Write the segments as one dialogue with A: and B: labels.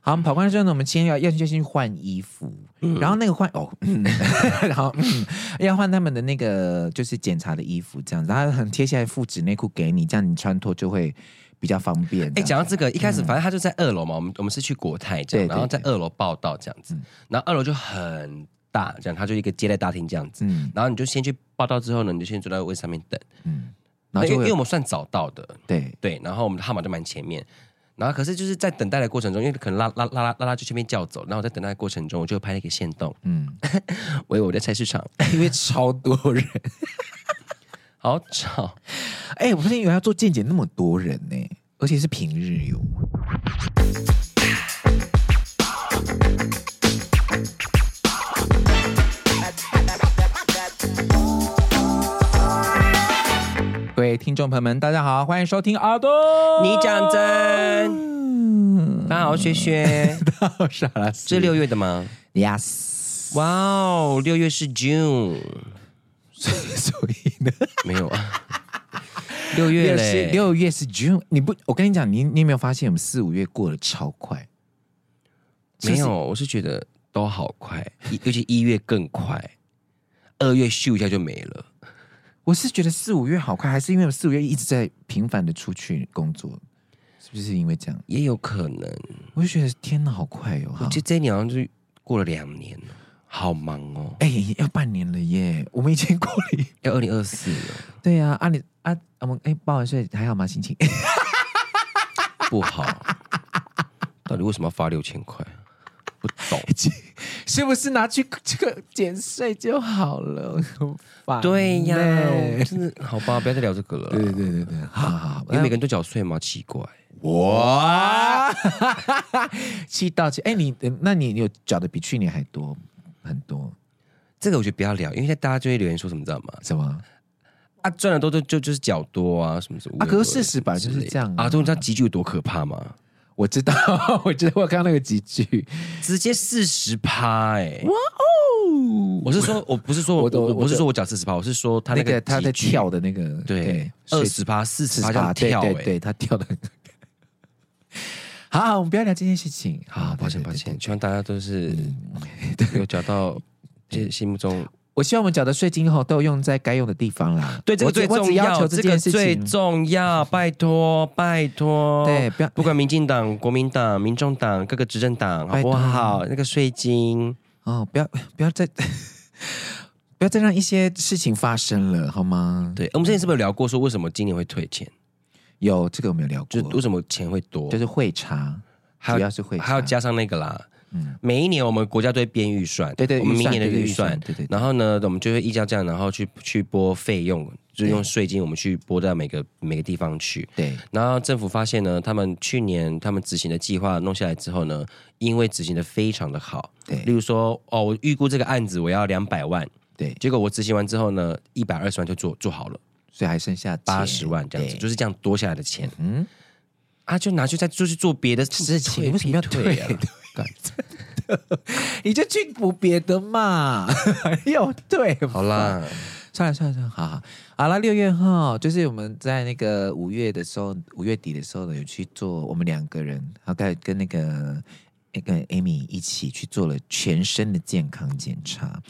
A: 好，我们跑关之后呢，我们先要要先去换衣服，然后那个换哦， 然后、嗯、要换他们的那个就是检查的衣服这样子，然后很贴下来附纸内裤给你，这样你穿脱就会比较方便。
B: 哎、讲到这个，一开始反正他就在二楼嘛，我们我们是去国泰这
A: 对
B: 样，
A: 嗯对嗯
B: 然后在二楼报道这样子，然后二楼就很大，这样它就一个接待大厅这样子，
A: 嗯
B: 然后你就先去报道之后呢，你就先坐在位上面等，
A: 嗯，然后
B: 然后
A: 就
B: 因为
A: 会
B: 因为
A: 有
B: 我们算早到的，
A: 对
B: 对，然后我们的号码就蛮前面。然后可是就是在等待的过程中，因为可能拉拉拉拉拉拉就前面叫走，然后我在等待的过程中，我就拍了一个线动，
A: 嗯，
B: 我以为我在菜市场，
A: 因为超多人，
B: 好吵。
A: 哎、我发现原来做健检那么多人呢、而且是平日哟。各位听众朋友们，大家好，欢迎收听耳朵。
B: 你讲真，大家好，薛 薛，
A: 到沙拉
B: 这
A: 斯
B: 是六月的吗？
A: ，yes，
B: 哇哦，六月是 June，
A: 所以呢，
B: 没有啊， 六月
A: 六是
B: 嘞，
A: 六月是 June，你不，我跟你讲，你你有没有发现我们四五月过得超快？
B: 没有，啊我是觉得都好快，一尤其一月更快，二月咻一下就没了。
A: 我是觉得四五月好快，还是因为我四五月一直在频繁的出去工作，是不是因为这样？
B: 也有可能，
A: 我就觉得天哪，好快哦！
B: 我
A: 哈
B: 觉得这一年好像就是过了两年了，好忙哦，
A: 哎、要半年了耶，我们已经过了一。
B: 要二零二四了，
A: 对呀、啊，啊你啊，我们哎，报完税还好吗？心情？
B: 不好，到底为什么要发六千块？不 懂。
A: 是不是拿去这个减税就好了？很烦
B: 对呀
A: 嘞，
B: 真的好吧，不要再聊这个了啦。
A: 对对对对对，好好好，
B: 因为每个人都缴税嘛，奇怪。
A: 哇，气到气！哎、你那你你有缴的比去年还多很多，
B: 这个我觉得不要聊，因为现在大家就会留言说什么，你知道吗？
A: 什么？
B: 啊，赚的多就就就是缴多啊，什么什么
A: 啊可是事实本来就是
B: 之类的
A: 这样啊
B: 啊。这你知道集聚有多可怕吗？
A: 我知道， 我知道，我看到那个几句，
B: 直接四十趴哎！哇
A: 哦
B: 哦！我是说，我不是说
A: 我
B: 我
A: 懂
B: 我
A: 我
B: 不是
A: 懂
B: 说我缴四十趴，我是说他
A: 那
B: 那
A: 个
B: 个
A: 他在
B: 集聚
A: 跳的那个，
B: 对二十趴四十趴这
A: 八，
B: 样
A: 对
B: 跳
A: 对
B: 哎。
A: 对，他跳的。好 好，我们不要聊这件事情。
B: 好，啊抱歉
A: 对
B: 抱
A: 对嗯
B: 歉，希望大家都是 有缴到这心 目中
A: 我希望我们缴的税金后都有用在该用的地方啦。
B: 对，这
A: 我
B: 个
A: 只
B: 最
A: 我只
B: 重
A: 要求
B: 这
A: 件
B: 个
A: 事
B: 最
A: 情。
B: 重要，拜托，拜托。
A: 对不要
B: 不管民进党、国民党、民众党各个执政党，好
A: 拜
B: 不
A: 托
B: 好？那个税金，
A: 哦，不要不要再 不要再让一些事情发生了，好吗？
B: 对，我们之前是不是有聊过说为什么今年会退钱？
A: 有这个我们有聊过
B: 就是，为什么钱会多？
A: 哦就是会查，
B: 还有
A: 主要是会查，
B: 还要加上那个啦。
A: 嗯
B: 每一年我们国家都会编预算，
A: 对对
B: 我们
A: 预
B: 明
A: 算
B: 年的
A: 对对
B: 预
A: 预算
B: 算，
A: 对对对
B: 然后呢，我们就会依照这样，然后去去拨费用，就是用税金，我们去拨到每个每个地方去。
A: 对
B: 然后政府发现呢，他们去年他们执行的计划弄下来之后呢，因为执行的非常的好，例
A: 对
B: 如说哦，我预估这个案子我要两百万，
A: 对，
B: 结果我执行完之后呢，一百二十万就做做好了，
A: 所以还剩下
B: 八十万这样子，
A: 对
B: 就是这样多下来的钱
A: 嗯，
B: 啊，就拿去再就去做别的
A: 事情为什么要退
B: 退
A: 啊？？
B: 啊
A: 干 你就去补别的嘛， 又对，
B: 好，啦，
A: 算了算了算了，好好好了。六月号就是我们在那个五月的时候，五月底的时候呢，有去做我们两个人，然后跟跟那个那个 Amy 一起去做了全身的健康检查，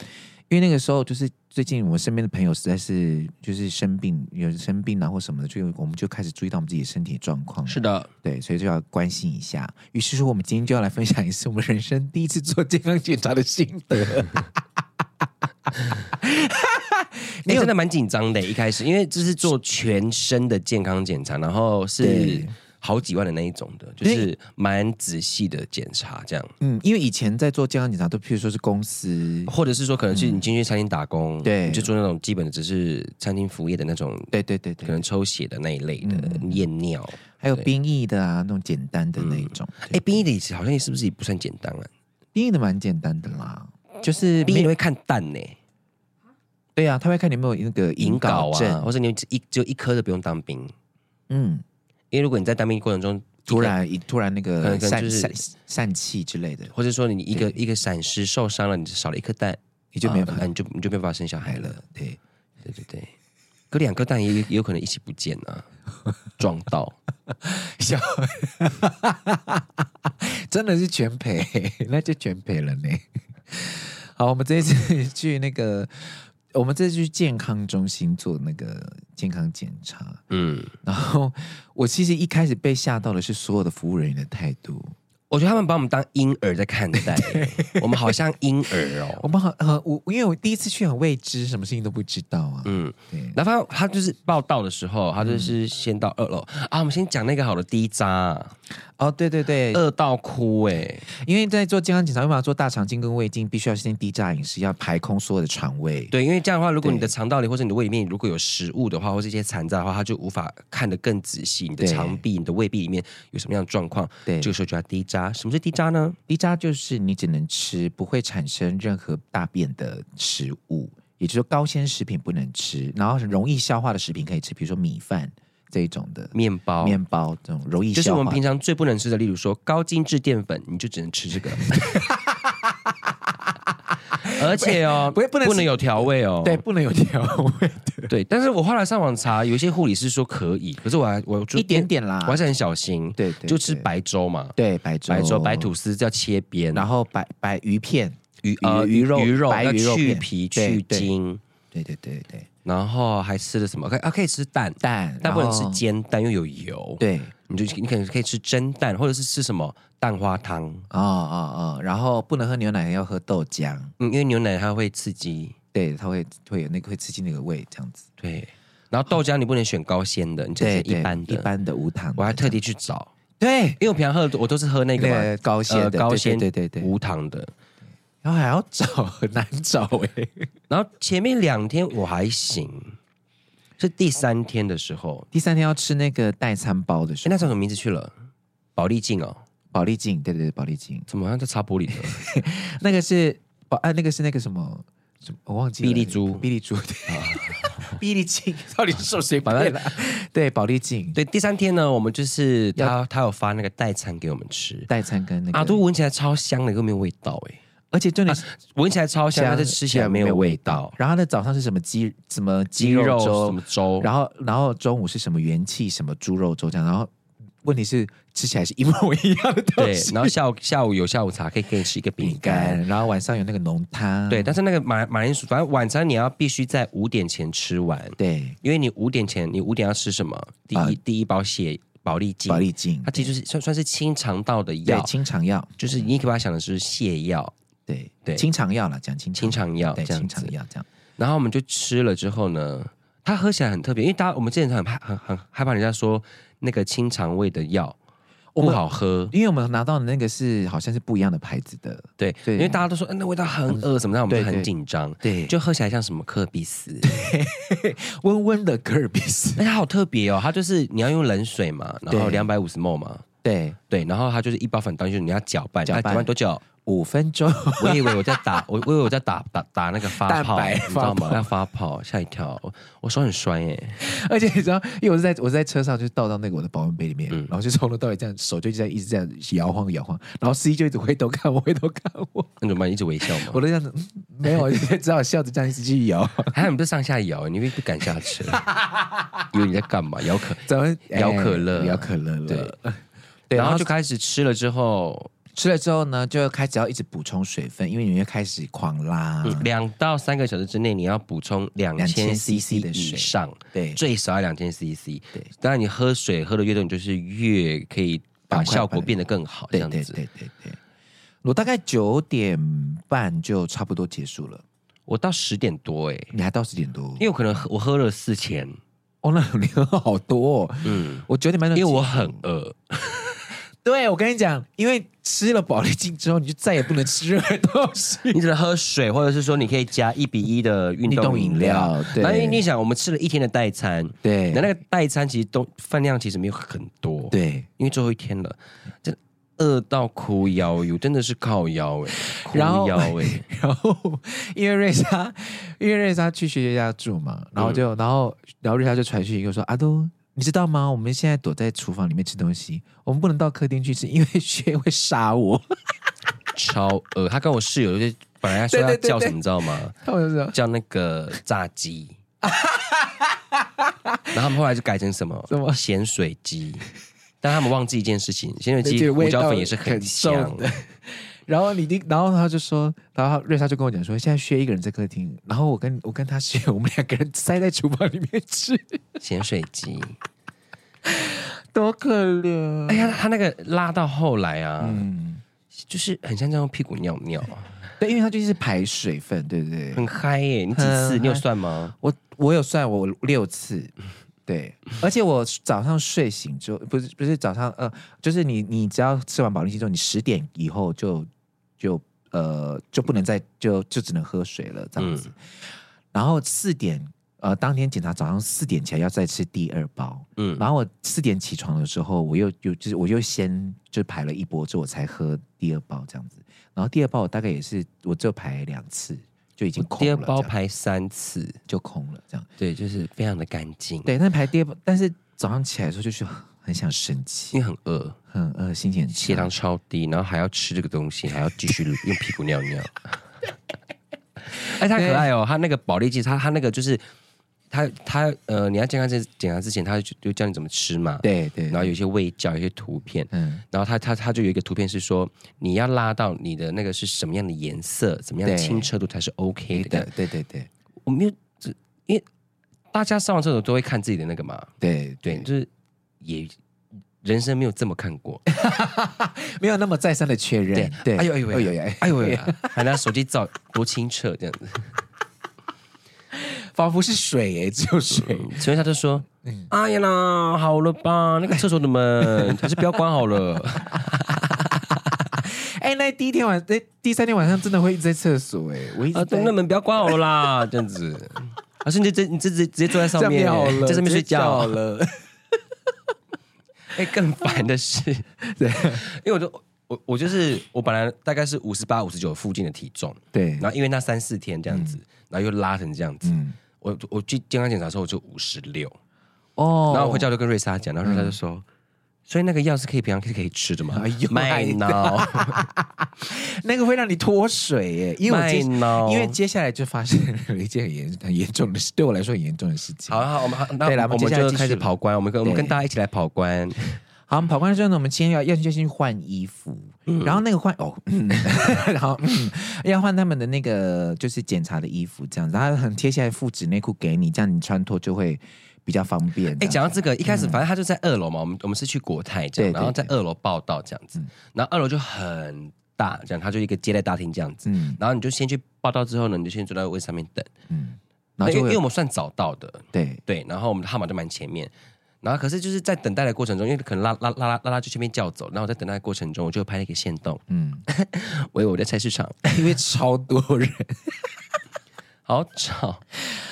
A: 因为那个时候就是最近我身边的朋友实在是就是生病，有人生病啊或什么的，就我们就开始注意到我们自己的身体状况，
B: 是的，
A: 对，所以就要关心一下。于是说，我们今天就要来分享一次我们人生第一次做健康检查的心得。
B: 你、哎真的蛮紧张的，一开始，因为这是做全身的健康检查，然后是
A: 对
B: 好几万的那一种的，就是蛮仔细的检查这样。
A: 嗯，因为以前在做健康检查，都譬如说是公司，
B: 或者是说，可能是你进去餐厅打工，
A: 嗯对
B: 你就做那种基本的，只是餐厅服务业的那种，
A: 对对对嗯
B: 可
A: 对，
B: 能抽血的那一类的验尿。
A: 还有兵役的啊，那种简单的那一种。
B: 哎，兵役的也是好像也是不是也不算简单啊？
A: 兵役的蛮简单的啦，就是
B: 兵役
A: 没
B: 你会看蛋呢，
A: 对啊，他会看你有没有那个
B: 引
A: 引
B: 睾
A: 睾
B: 啊，
A: 症。
B: 或者你只一只有一颗都不用当兵，
A: 嗯，
B: 因为如果你在当兵过程中
A: 突，然一突然那
B: 可
A: 个
B: 能可能
A: 散
B: 就是
A: 散散气之类的
B: 一，颗或者说你一个一个闪失受伤了，你少了一颗蛋，
A: 你就没有
B: 啊
A: 办
B: 那
A: 法
B: 啊你就你就没办法生小孩
A: 来
B: 了。
A: 了。对，
B: 对对对，可两颗蛋也也有可能一起不见啊， 撞到。
A: 小，真的是全赔， 那就全赔了呢。 好，我们这一次去那个，我们这次去健康中心做那个健康检查，
B: 嗯，
A: 然后我其实一开始被吓到的是所有的服务人员的态度，
B: 我觉得他们把我们当婴儿在看 待，我们好像婴儿
A: 我
B: 哦。
A: 们很很我因为我第一次去很未知，什么事情都不知道啊。
B: 嗯，
A: 对，
B: 然后他他就是报道的时候，他就是先到二楼、啊。我们先讲那个好了，第一扎
A: 哦，对对对，
B: 饿到哭哎、
A: 因为在做健康检查，因为我们要做大肠镜跟胃镜，必须要先低钠饮食，要排空所有的肠胃。
B: 对，因为这样的话，如果
A: 对
B: 你的肠道里或者你的胃里面如果有食物的话，或是一些残渣的话，它就无法看得更仔细。你的
A: 对
B: 肠壁、你的胃壁里面有什么样的状况，
A: 对，
B: 这个时候就要低渣。什么是低渣呢？
A: 低渣就是你只能吃不会产生任何大便的食物，也就是说高纤食品不能吃，然后容易消化的食品可以吃，比如说米饭这一种的，
B: 面包。
A: 面包这种容易
B: 哦就是
A: 消
B: 我
A: 化
B: 们
A: 的。
B: 平常最不能吃的，例如说高精致淀粉，你就只能吃这个。而且哦，
A: 不不能吃
B: 有调味哦。
A: 对，不能有调味，
B: 对，但是我后来上网查，有一些护理师说可以，可是我还我就
A: 一点，点啦
B: 我。还是很小心。
A: 对对，
B: 就吃
A: 对
B: 白粥嘛，
A: 对白粥，
B: 白粥、白，吐司要切边，
A: 然后白白鱼片，
B: 鱼
A: 呃鱼肉
B: 鱼肉
A: 白
B: 要
A: 鱼肉
B: 去
A: 片
B: 皮
A: 对
B: 去
A: 对
B: 筋，
A: 对对对对，
B: 然后还吃了什么？可以啊，可以吃蛋，
A: 蛋，
B: 但不能吃
A: 然后
B: 煎蛋，因为有油。，
A: 哦对，
B: 你就你可能可以吃蒸蛋，或者是吃什么蛋花汤。
A: 哦哦哦，然后不能喝牛奶，要喝豆浆，
B: 嗯，因为牛奶它会刺激，
A: 对，它会会有那个会刺激那个胃这样子。
B: 对。然后豆浆你不能选高纤的，你只能
A: 对
B: 选
A: 对，
B: 一般的。
A: 一般的无糖的这样，
B: 我还特地去找，
A: 对
B: 因为我平常喝的我都是喝那
A: 那
B: 个嘛
A: 个高纤
B: 呃
A: 的、
B: 高
A: 对
B: 纤
A: 对对对对，
B: 无糖的。哦
A: 然后还要找，很难找哎、
B: 欸然后前面两天我还行，是第三天的时候，
A: 第三天要吃那个代餐包的时
B: 哎，
A: 候，
B: 那叫什么名字去了？保利镜哦，
A: 保利镜，对对对，保利镜，
B: 怎么好像在擦玻璃的？
A: 那个是保啊，那个是那个什么什么，我忘记了，
B: 碧丽珠
A: 碧丽 珠，对，碧丽镜 到底是受谁
B: 反正
A: 了？对，保利镜，
B: 对，第三天呢，我们就是他他有发那个代餐给我们吃，
A: 代餐跟那个，
B: 阿啊都闻起来超香的，又没有味道哎、
A: 而且重点是
B: 闻起来超香，但是吃起来没有味道。
A: 然后呢，早上是什么鸡什么鸡
B: 鸡肉
A: 肉
B: 什
A: 粥
B: 么，粥，
A: 然后然后中午是什么元气什么猪肉粥这样，然后问题是吃起来是一模一样的东
B: 对
A: 西，，
B: 然后下午下午有下午茶，可以给你吃一个饼
A: 饼
B: 干。
A: 干，然后晚上有那个浓汤，
B: 对，但是那个马马铃薯，反正晚餐你要必须在五点前吃完，
A: 对，
B: 因为你五点前你五点要吃什么？第一、
A: 啊
B: 第一包血保利剂，
A: 保利镜，
B: 它其实就是算算是清肠道的
A: 对
B: 药，
A: 清肠药，
B: 就是你可以把它想的是泻药、
A: 对
B: 对
A: 清肠药啦，讲清
B: 清肠药
A: 对
B: 这
A: 清
B: 样
A: 肠
B: 子。
A: 药这样，
B: 然后我们就吃了之后呢，它喝起来很特别，因为大家我们之前很害很很害怕人家说那个清肠胃的药
A: 我
B: 不
A: 们
B: 好喝，
A: 因为我们拿到的那个是好像是不一样的牌子的，
B: 对，
A: 对
B: 因为大家都说、嗯那味道很恶什么的，我们
A: 对
B: 就很
A: 对
B: 紧张，
A: 对就
B: 就喝起来像什么科 比斯，
A: 温温的可尔必斯，
B: 而且它好特别哦，它就是你要用冷水嘛，然后
A: 对
B: 两百五十 ml 嘛。
A: 对，
B: 对，然后它就是一包粉当，就是你要搅拌，
A: 搅
B: 啊
A: 拌
B: 多久？
A: 五分钟，
B: 我以为我在打，我我以为我在打打打那个发
A: 蛋
B: 泡，
A: 白
B: 你知
A: 发
B: 道吗？
A: 泡
B: 要发泡，吓一跳，我我手很酸耶、
A: 而且你知道，因为我是在我是在车上就倒到那个我的保温杯里面，
B: 嗯
A: 然后就从头到尾这样手就一直在一直这样摇晃摇晃，然后司机就一直回头看我，回头看我，
B: 那怎么办？一直微笑吗？
A: 我都这样子，嗯没有，我就只好笑着这样一直去摇，
B: 还哎有你不是上下摇，你会不敢下 车，以为你在干嘛？摇可
A: 咱们
B: 摇可乐
A: 哎摇可乐了，
B: 对
A: 对，
B: 然后就开始吃了之后，
A: 吃了之后呢，就开始要一直补充水分，因为你会开始狂拉。
B: 嗯两、到三个小时之内你要补充两千
A: 2000cc
B: CC
A: 的水
B: 以上，
A: 对
B: 最少要两千 CC。
A: 对，
B: 当然你喝水喝的越多，你就是越可以把
A: 赶快
B: 效果
A: 把
B: 变得更好，这
A: 对
B: 样
A: 对
B: 子。
A: 对对对。我大概九点半就差不多结束了，
B: 我到十点多哎、
A: 你还到十点多
B: 因，为我可能喝我喝了四千，
A: 哦，那你喝好多、哦。
B: 嗯，
A: 我九点半就结
B: 因为
A: 束，
B: 我很饿，
A: 对我跟你讲，因为吃了保利镜之后，你就再也不能吃任何东西。
B: 你只能喝水，或者是说你可以加一比一的运动饮料。，
A: 对，
B: 那因为你想，我们吃了一天的代餐，
A: 对
B: 那那个代餐其实都饭量其实没有很多，，
A: 哎对，
B: 因为最后一天了，真的饿到哭腰哟，真的是靠腰哎、哭
A: 然后
B: 腰哎、
A: 然后因为瑞莎，因为瑞莎去学姐家住嘛，然后就、
B: 嗯
A: 然后然后瑞莎就传讯一个说阿都。你知道吗？我们现在躲在厨房里面吃东西，我们不能到客厅去吃，因为学会杀我。
B: 超饿。他跟我室友就本来说
A: 对
B: 要
A: 对对
B: 叫什
A: 对
B: 么，你知道吗？
A: 他们就说
B: 叫那个炸鸡，然后他们后来就改成什么
A: 什么
B: 咸水鸡，但他们忘记一件事情，咸
A: 那
B: 水鸡
A: 个
B: 胡
A: 味道
B: 椒粉也是很
A: 很重
B: 香
A: 的 然后你然后他就说，然后瑞莎就跟我讲说，现在薛一个人在客厅，然后我跟我跟他薛，我们两个人塞在厨房里面 吃，
B: 咸水鸡。
A: 多可怜。
B: 哎呀，他那个拉到后来啊，
A: 嗯，
B: 就是很像这样用屁股尿尿啊，
A: 对，因为它就是排水分，对不对？
B: 很嗨耶、你几次
A: 很
B: 你有算吗？
A: 我我有算我六次，对，而且我早上睡醒之后，不是不是早上，呃，就是你你只要吃完保利西之后，你十点以后就就呃就不能再就就只能喝水了这
B: 嗯
A: 样子，然后四点。呃，当天检查早上四点起来要再吃第二包，
B: 嗯，
A: 然后我四点起床的时候，我又又就是我又先就排了一波之后，我才喝第二包这样子。然后第二包我大概也是我就排两次就已经空了，
B: 第二包
A: 这样
B: 排三次，
A: 就空了这样。
B: 对，就是非常的干净。，
A: 对，但排第二，但是早上起来的时候就是很想生气，
B: 因为很饿，
A: 很饿，心情很
B: 血
A: 差。
B: 糖超低，然后还要吃这个东 西，还要继续用屁股尿 尿。哎，他可爱哦，他那个保利剂，他他那个就是他他呃，你要健康检检查之前，他就就教你怎么吃嘛。。
A: 对对，
B: 然后有一些味教，有一些图片，
A: 嗯，
B: 然后他他他就有一个图片是说，你要拉到你的那个是什么样的颜色，怎么样的
A: 对
B: 清澈度才是 OK
A: 对
B: 的。
A: 的，对对对
B: 我没有，这因为大家上完厕所都会看自己的那个嘛，
A: 对
B: 对，就是也人生没有这么看过。
A: 没有那么再三的确认。对，
B: 哎呦哎呦
A: 哎
B: 哎
A: 呦
B: 呦
A: 哎，
B: 哎呦喂，还拿手机照多清澈这样子。
A: 仿佛是水哎，只有水。
B: 所以他就说：“哎呀啦，好了吧，那个厕所的门还是不要关好了。
A: 哎，那第一天晚，那第三天晚上真的会一直在厕所哎，我一
B: 啊
A: 直，在
B: 那门不要关好 了啦，这样子。而是你就直你直直直接坐在上面，
A: 好了，
B: 在上面睡
A: 直接叫
B: 觉。
A: 了。
B: 哎，更烦的是，
A: 对
B: 因为我就我我就是我本来大概是五十八、五十九附近的体重，
A: 对，
B: 然后因为那三四天这样子，然后又拉成这样子。
A: 嗯，
B: 我我去健康检查的时候，我就五十六，
A: 哦，嗯
B: 然后回家我就跟瑞莎讲，然后瑞莎就说。所以那个药是可以平常是可以吃的吗？
A: 哎呦
B: 卖脑，
A: 那个会让你脱水 哎，因为我接
B: 卖脑，
A: 因为接下来就发生 了一件很严很严重的事，对我来说很严重的事情。
B: 好了，好，我们好那
A: 对啦我
B: 我
A: 们
B: 们
A: 接下来
B: 就
A: 继续
B: 开始跑关，我们跟我们
A: 对
B: 跟大家一起来 跑关。
A: 好，我们跑完之后呢，我们今天要要先去换衣服，然后那个换哦，嗯 然后、嗯、要换他们的那个就是检查的衣服这样子，然后很贴下来附纸内裤给你，这样你穿脱就会比较方便。
B: 哎，
A: 这样
B: 讲到这个，一开始反正他就在二楼嘛，我们我们是去国泰这
A: 对
B: 样，
A: 对嗯
B: 然后在二楼报道这样子，然后二楼就很大，这样它就一个接待大厅这样子，
A: 嗯
B: 然后你就先去报道之后呢，你就先坐在位置上面等，
A: 嗯，然
B: 那
A: 后
B: 因
A: 就
B: 哎为因
A: 会
B: 为
A: 有
B: 我们算早到的，
A: 对
B: 对，然后我们的号码就蛮前面。然后可是就是在等待的过程中，因为可能拉拉拉拉拉拉就前面叫走，然后在等待的过程中，我就拍了一个线动，
A: 嗯，
B: 我以为我在菜市场，
A: 因为超多人，
B: 好吵，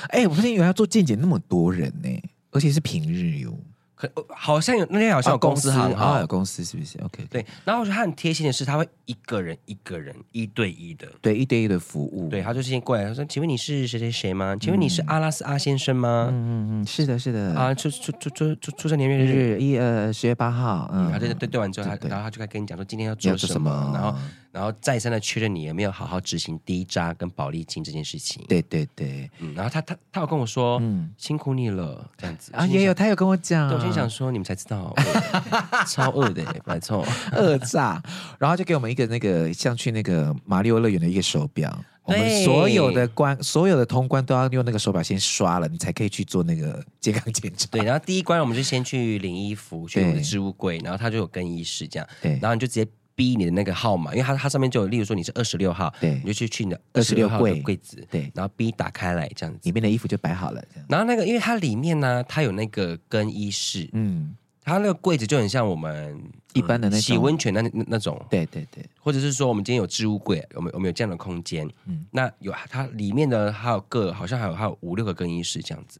A: 哎、我发现原来要做健检那么多人呢、而且是平日哟。
B: 可好像有那天好像有
A: 啊
B: 哦公司行
A: 啊，
B: 号，
A: 有公司是不是？OK，
B: 对，然后我觉得他很贴心的是，他会一个人一个人一对一的，
A: 对，一对一的服务，
B: 对，，他就先过来，他说：“请问你是谁谁谁吗？请问你是阿拉斯阿先生吗？
A: 嗯嗯嗯，是的，是的，
B: 啊，出出出出出出生年月日。”
A: 日一呃十月八号，嗯，
B: 他就啊对对完之后，他
A: 对
B: 然后他就开始跟你讲说今天要
A: 你
B: 做
A: 要做
B: 什
A: 什
B: 么，
A: 么？
B: 然后然后再三的确认你有没有好好执行低渣跟保利金这件事情。
A: 对对对，
B: 嗯，然后他他他有跟我说，
A: 嗯
B: 辛苦你了这样子
A: 啊也有，他有跟我讲，
B: 我心想对我心想说你们才知 道，我超饿的白臭。
A: 恶诈，然后就给我们一个那个像去那个马里奥乐园的一个手表。我们
B: 对
A: 所有的关，所有的通关都要用那个手表先刷了，你才可以去做那个健康检查。
B: 对，然后第一关我们就先去领衣服，去
A: 对
B: 我的置物柜，然后他就有更衣室这样，
A: 对
B: 然后你就直接逼你的那个号码，因为它它上面就有，例如说你是二十六号，
A: 对
B: 你就去去你的
A: 26
B: 号
A: 柜
B: 的柜子，
A: 对，
B: 然后逼打开来这样子。
A: 里面的衣服就摆好了，这样。
B: 然后那个，因为它里面呢，它有那个更衣室，
A: 嗯，
B: 它那个柜子就很像我们嗯
A: 一般的那种
B: 洗温泉那那那种，
A: 对对对，
B: 或者是说我们今天有置物柜，我们我们有这样的空间，
A: 嗯
B: 那有它里面的还有个好像还有还有五六个更衣室这样子，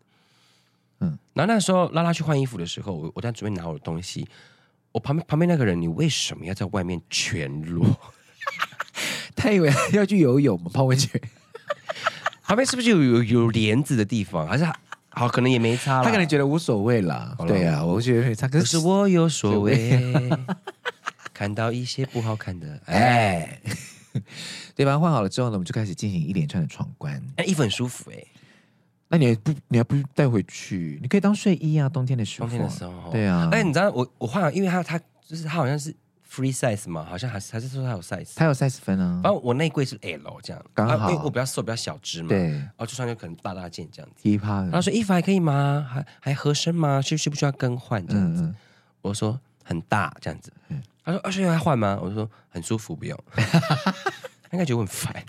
A: 嗯
B: 嗯，然后那时候拉拉去换衣服的时候，我我在准备拿我的东西，我旁边旁边那个人，你为什么要在外面全 裸？
A: 他以为要去游泳嘛，泡温泉，
B: 旁边是不是有有有帘子的地方？还是 好可能也没擦啦
A: 他可能觉得无所谓啦。
B: 好啦
A: 对啊，我觉得他可
B: 可是
A: 是
B: 我有所 谓， 看到一些不好看的，
A: 哎，
B: 哎，
A: 对吧？换好了之后呢，我们就开始进行一连串的闯关。
B: 哎衣服很舒服哎、
A: 那你还不你还不带回去？你可以当睡衣啊，冬天的时候。
B: 冬天的时候，
A: 对啊，
B: 哎，你知道我我画，因为它它就是它好像是 free size 嘛，好像还是还是说它有 size，
A: 它有 size 分啊
B: 反。正我内柜是 L 这样，
A: 刚好
B: 啊因为我比较瘦，比较小只嘛，，
A: 对，
B: 然后就穿就可能大大件这样子。
A: 琵琶
B: 然后
A: 的。
B: 说衣服还可以吗？还还合身吗？需需不需要更换这样
A: 嗯
B: 子？
A: 嗯，
B: 我说很大这样子
A: 嗯。
B: 他说二十元还换吗？我就说很舒服，不用。他应该觉得我很烦。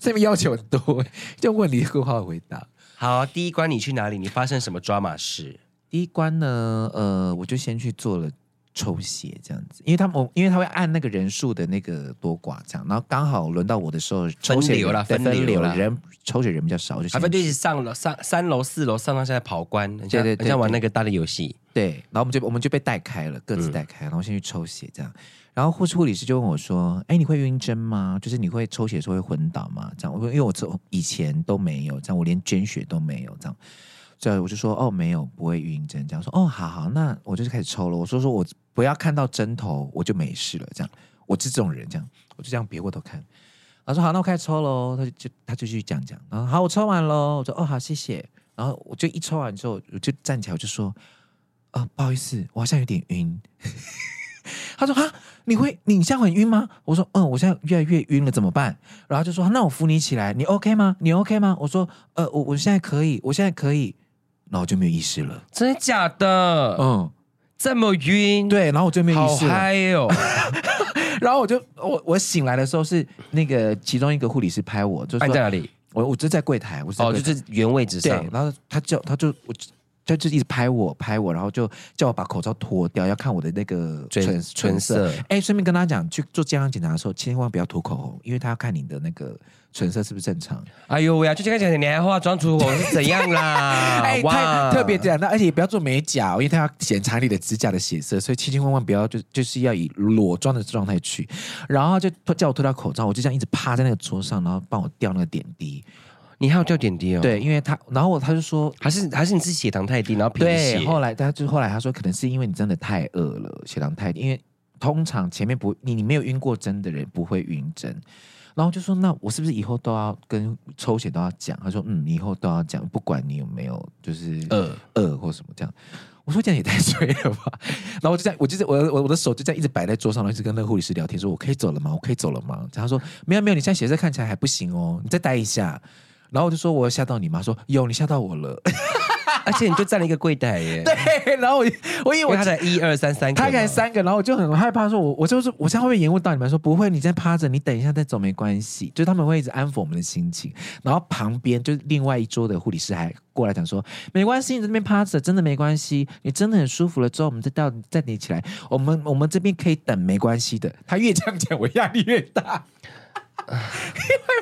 A: 这边要求很多，就问你够好回答。
B: 好，第一关你去哪里？你发生什么抓马事？
A: 第一关呢，呃，我就先去做了抽血这样子，因为他们我因为他会按那个人数的那个多寡这样，然后刚好轮到我的时候，抽血
B: 流啦
A: 对
B: 分流
A: 流
B: 啦
A: 了，人抽血人比较少，我就
B: 啊，
A: 先
B: 不，就一直上楼上三楼四楼上到现在跑关，人家
A: 对对对
B: 人家玩那个大的游戏，
A: 对，然后我们就我们就被带开了，各自带开，然后先去抽血这样。然后护士护理师就问我说：“哎，你会晕针吗？就是你会抽血的时候会昏倒吗？”这样，我说因为我从以前都没有这样，我连捐血都没有这样。所以我就说：“哦，没有，不会晕针。”这样说：“哦，好好，那我就是开始抽了。”我说：“说我不要看到针头，我就没事了。”这样，我是这种人，这样我就这样别过头看。他说：“好，那我开始抽喽。”他就就他就去讲讲，然后好，我抽完喽。我说：“哦，好，谢谢。”然后我就一抽完之后，我就站起来，我就说：“啊、不好意思，我好像有点晕。 他说啊，你会你现在很晕吗？我说嗯，我现在越来越晕了，怎么办？然后他就说那我扶你起来，你 OK 吗？你 OK 吗？我说呃，我我现在可以，我现在可以，然后我就没有意识了。
B: 真的假的？
A: 嗯，
B: 这么晕？，
A: 对，然后我就没有
B: 好
A: 意识了。
B: 嗨 哦！
A: 然后我就我我醒来的时候是那个其中一个护理师拍我，就
B: 按
A: 说
B: 啊在哪里？
A: 我我就在柜台，我就在
B: 哎哦，
A: 柜台
B: 就是原位置上
A: 对，。然后他叫他就我就他就一直拍我拍我，然后就叫我把口罩脱掉，要看我的那个
B: 唇
A: 唇
B: 唇
A: 唇
B: 色
A: 色。哎，顺便跟他讲，去做健康检查的时候，千万不要涂口红，因为他要看你的那个唇色是不是正常。
B: 哎呦喂啊！就这个讲，你还化妆出红是怎样啦
A: 哎，？
B: 哇，
A: 他特别讲到，而且也不要做美甲哦、因为他要检查你的指甲的血色，所以千千万万不要就就是要以裸妆的状态去。然后就脱叫我脱掉口罩，我就这样一直趴在那个桌上，然后帮我掉那个点滴。
B: 你还有掉点滴哦？，
A: 对，因为他，然后他就说
B: 还是还是你自己血糖太低，然后贫血
A: 对，。后来他就后来他说，可能是因为你真的太饿了，血糖太低，因为通常前面不你你没有晕过针的人不会晕针。然后就说，那我是不是以后都要跟抽血都要讲？他说，嗯，你以后都要讲，不管你有没有就是
B: 呃，
A: 饿或什么这样。我说这样也太衰了吧！然后我就这样，我就是我我我的手就这样一直摆在桌上，然后一直跟那个护理师聊天，说我可以走了吗？我可以走了吗？然后他说没有没有，你现在血色看起来还不行哦，你再待一下。然后我就说我吓到你吗？他说有，你吓到我了。
B: 而且你就占了一个柜台 耶。
A: 对，然后我我以为
B: 因为
A: 我
B: 他才一二三三个嘛，
A: 他开三个，然后我就很害怕，说我我就是我现在会不会延误到你们？说不会，你再趴着，你等一下再走没关系。就他们会一直安抚我们的心情，然后旁边就是另外一桌的护理师还过来讲说，没关系，你在那边趴着，真的没关系，你真的很舒服了之后，我们再到再你起来，我们我们这边可以等，没关系的。他越这样讲，我压力越大。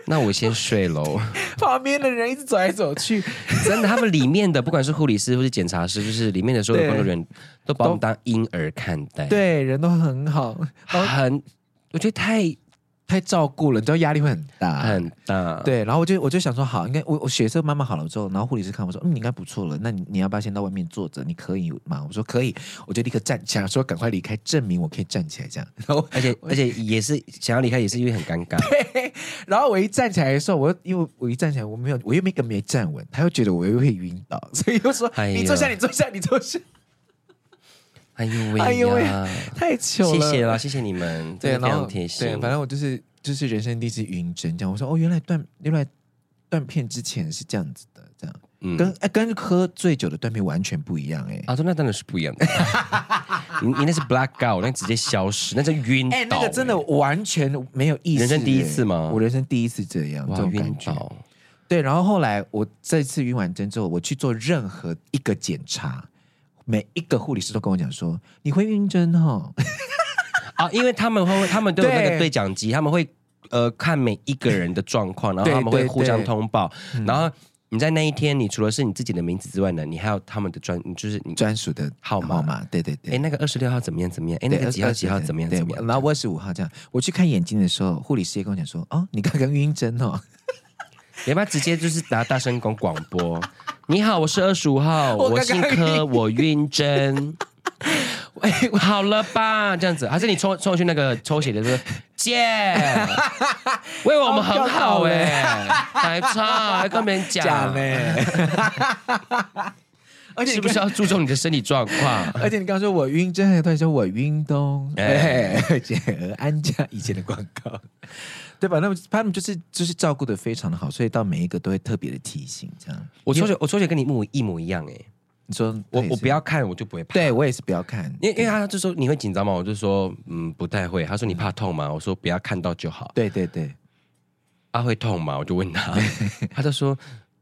B: 那我先睡 喽。
A: 旁边的人一直走来走去，
B: 真的，他们里面的不管是护理师或是检查师，就是里面的所有的工作人员，都把我们当婴儿看待，，
A: 对，人都很好，
B: 很，我觉得太
A: 太照顾了，你知道压力会很大，
B: 很大，，
A: 对，然后我就我就想说，好，应该我我血色慢慢好了之后，然后护理师看我说，嗯，你应该不错了，那你你要不要先到外面坐着？你可以吗？我说可以，我就立刻站起来，说赶快离开，证明我可以站起来这样。 然后
B: 而且而且也是想要离开，也是因为很尴 尬，
A: 然后我一站起来的时候，我又因为我一站起来，我没有我又没根本没站稳，他又觉得我又会晕倒，所以又说、
B: 哎呀
A: 你坐下，你坐下，你坐下，
B: 哎呦喂，
A: 哎呦喂
B: 呀，
A: 太糗
B: 谢
A: 了。
B: 谢啦，谢谢你们，
A: 对，
B: 真的非
A: 然
B: 常
A: 后
B: 贴心
A: 对，，反正我就是就是人生第一次晕针这样。我说哦，原来断原来断片之前是这样子的，这样
B: 嗯
A: 跟、哎跟喝醉酒的断片完全不一样哎、
B: 啊，对，那当然是不一样 的，你你那是 black out，那直接消失，那叫晕倒
A: 哎、
B: 欸，
A: 那个真的完全没有意思、
B: 人生第一次吗
A: 哎我人生第一次这样，这
B: 哇，
A: 种
B: 晕
A: 感觉。
B: 倒，
A: 对，然后后来我这次晕完针之后，我去做任何一个检查，每一个护理师都跟我讲说：“你会晕针哦。
B: 啊，因为他们会，他们都有那个
A: 对
B: 对讲机，他们会呃看每一个人的状况，然后
A: 对
B: 他们会
A: 对嗯
B: 互相
A: 对
B: 通报。然后你在那一天，你除了是你自己的名字之外呢，你还有他们的专，就是你”
A: 专属的
B: 号码
A: 码嘛，对对
B: 哎
A: 对。
B: 那个二十六号怎么样怎么样？哎那
A: 对
B: 个几号几号怎么样
A: 对
B: 怎么样？
A: 然后我二十五号这样，我去看眼睛的时候，护理师也跟我讲说：“哦，你刚刚晕针哦。
B: 你要不要直接就是拿大声公广播？你好，我是二十五号，
A: 我
B: 我
A: 刚
B: 姓
A: 刚
B: 柯，我 晕 针。哎，好了吧，这样子，还是你冲冲去那个抽血的时候，姐，为我们很好
A: 好
B: 哎、
A: 感
B: 还差还跟别人
A: 假
B: 讲，
A: 呢。而且
B: 是
A: 你
B: 不是
A: 刚？
B: 要注重你的身体状 况？
A: 而且你刚说我晕针，还突然说我晕东，
B: 哎
A: 哎，简而安家以前的广告，对吧？那 么他们就是就是照顾的非常的好，所以到每一个都会特别的提醒，这样。
B: 我抽血，我抽血跟你一模一模一样哎、
A: 你说
B: 我
A: 对
B: 我
A: 是
B: 不要看，我就不会怕。
A: 对我也是不要看，
B: 因为因为他就说你会紧张吗？我就说嗯不太会。他说你怕痛吗？我说不要看到就好。
A: 对对对，
B: 他、会痛吗？我就问他，他就说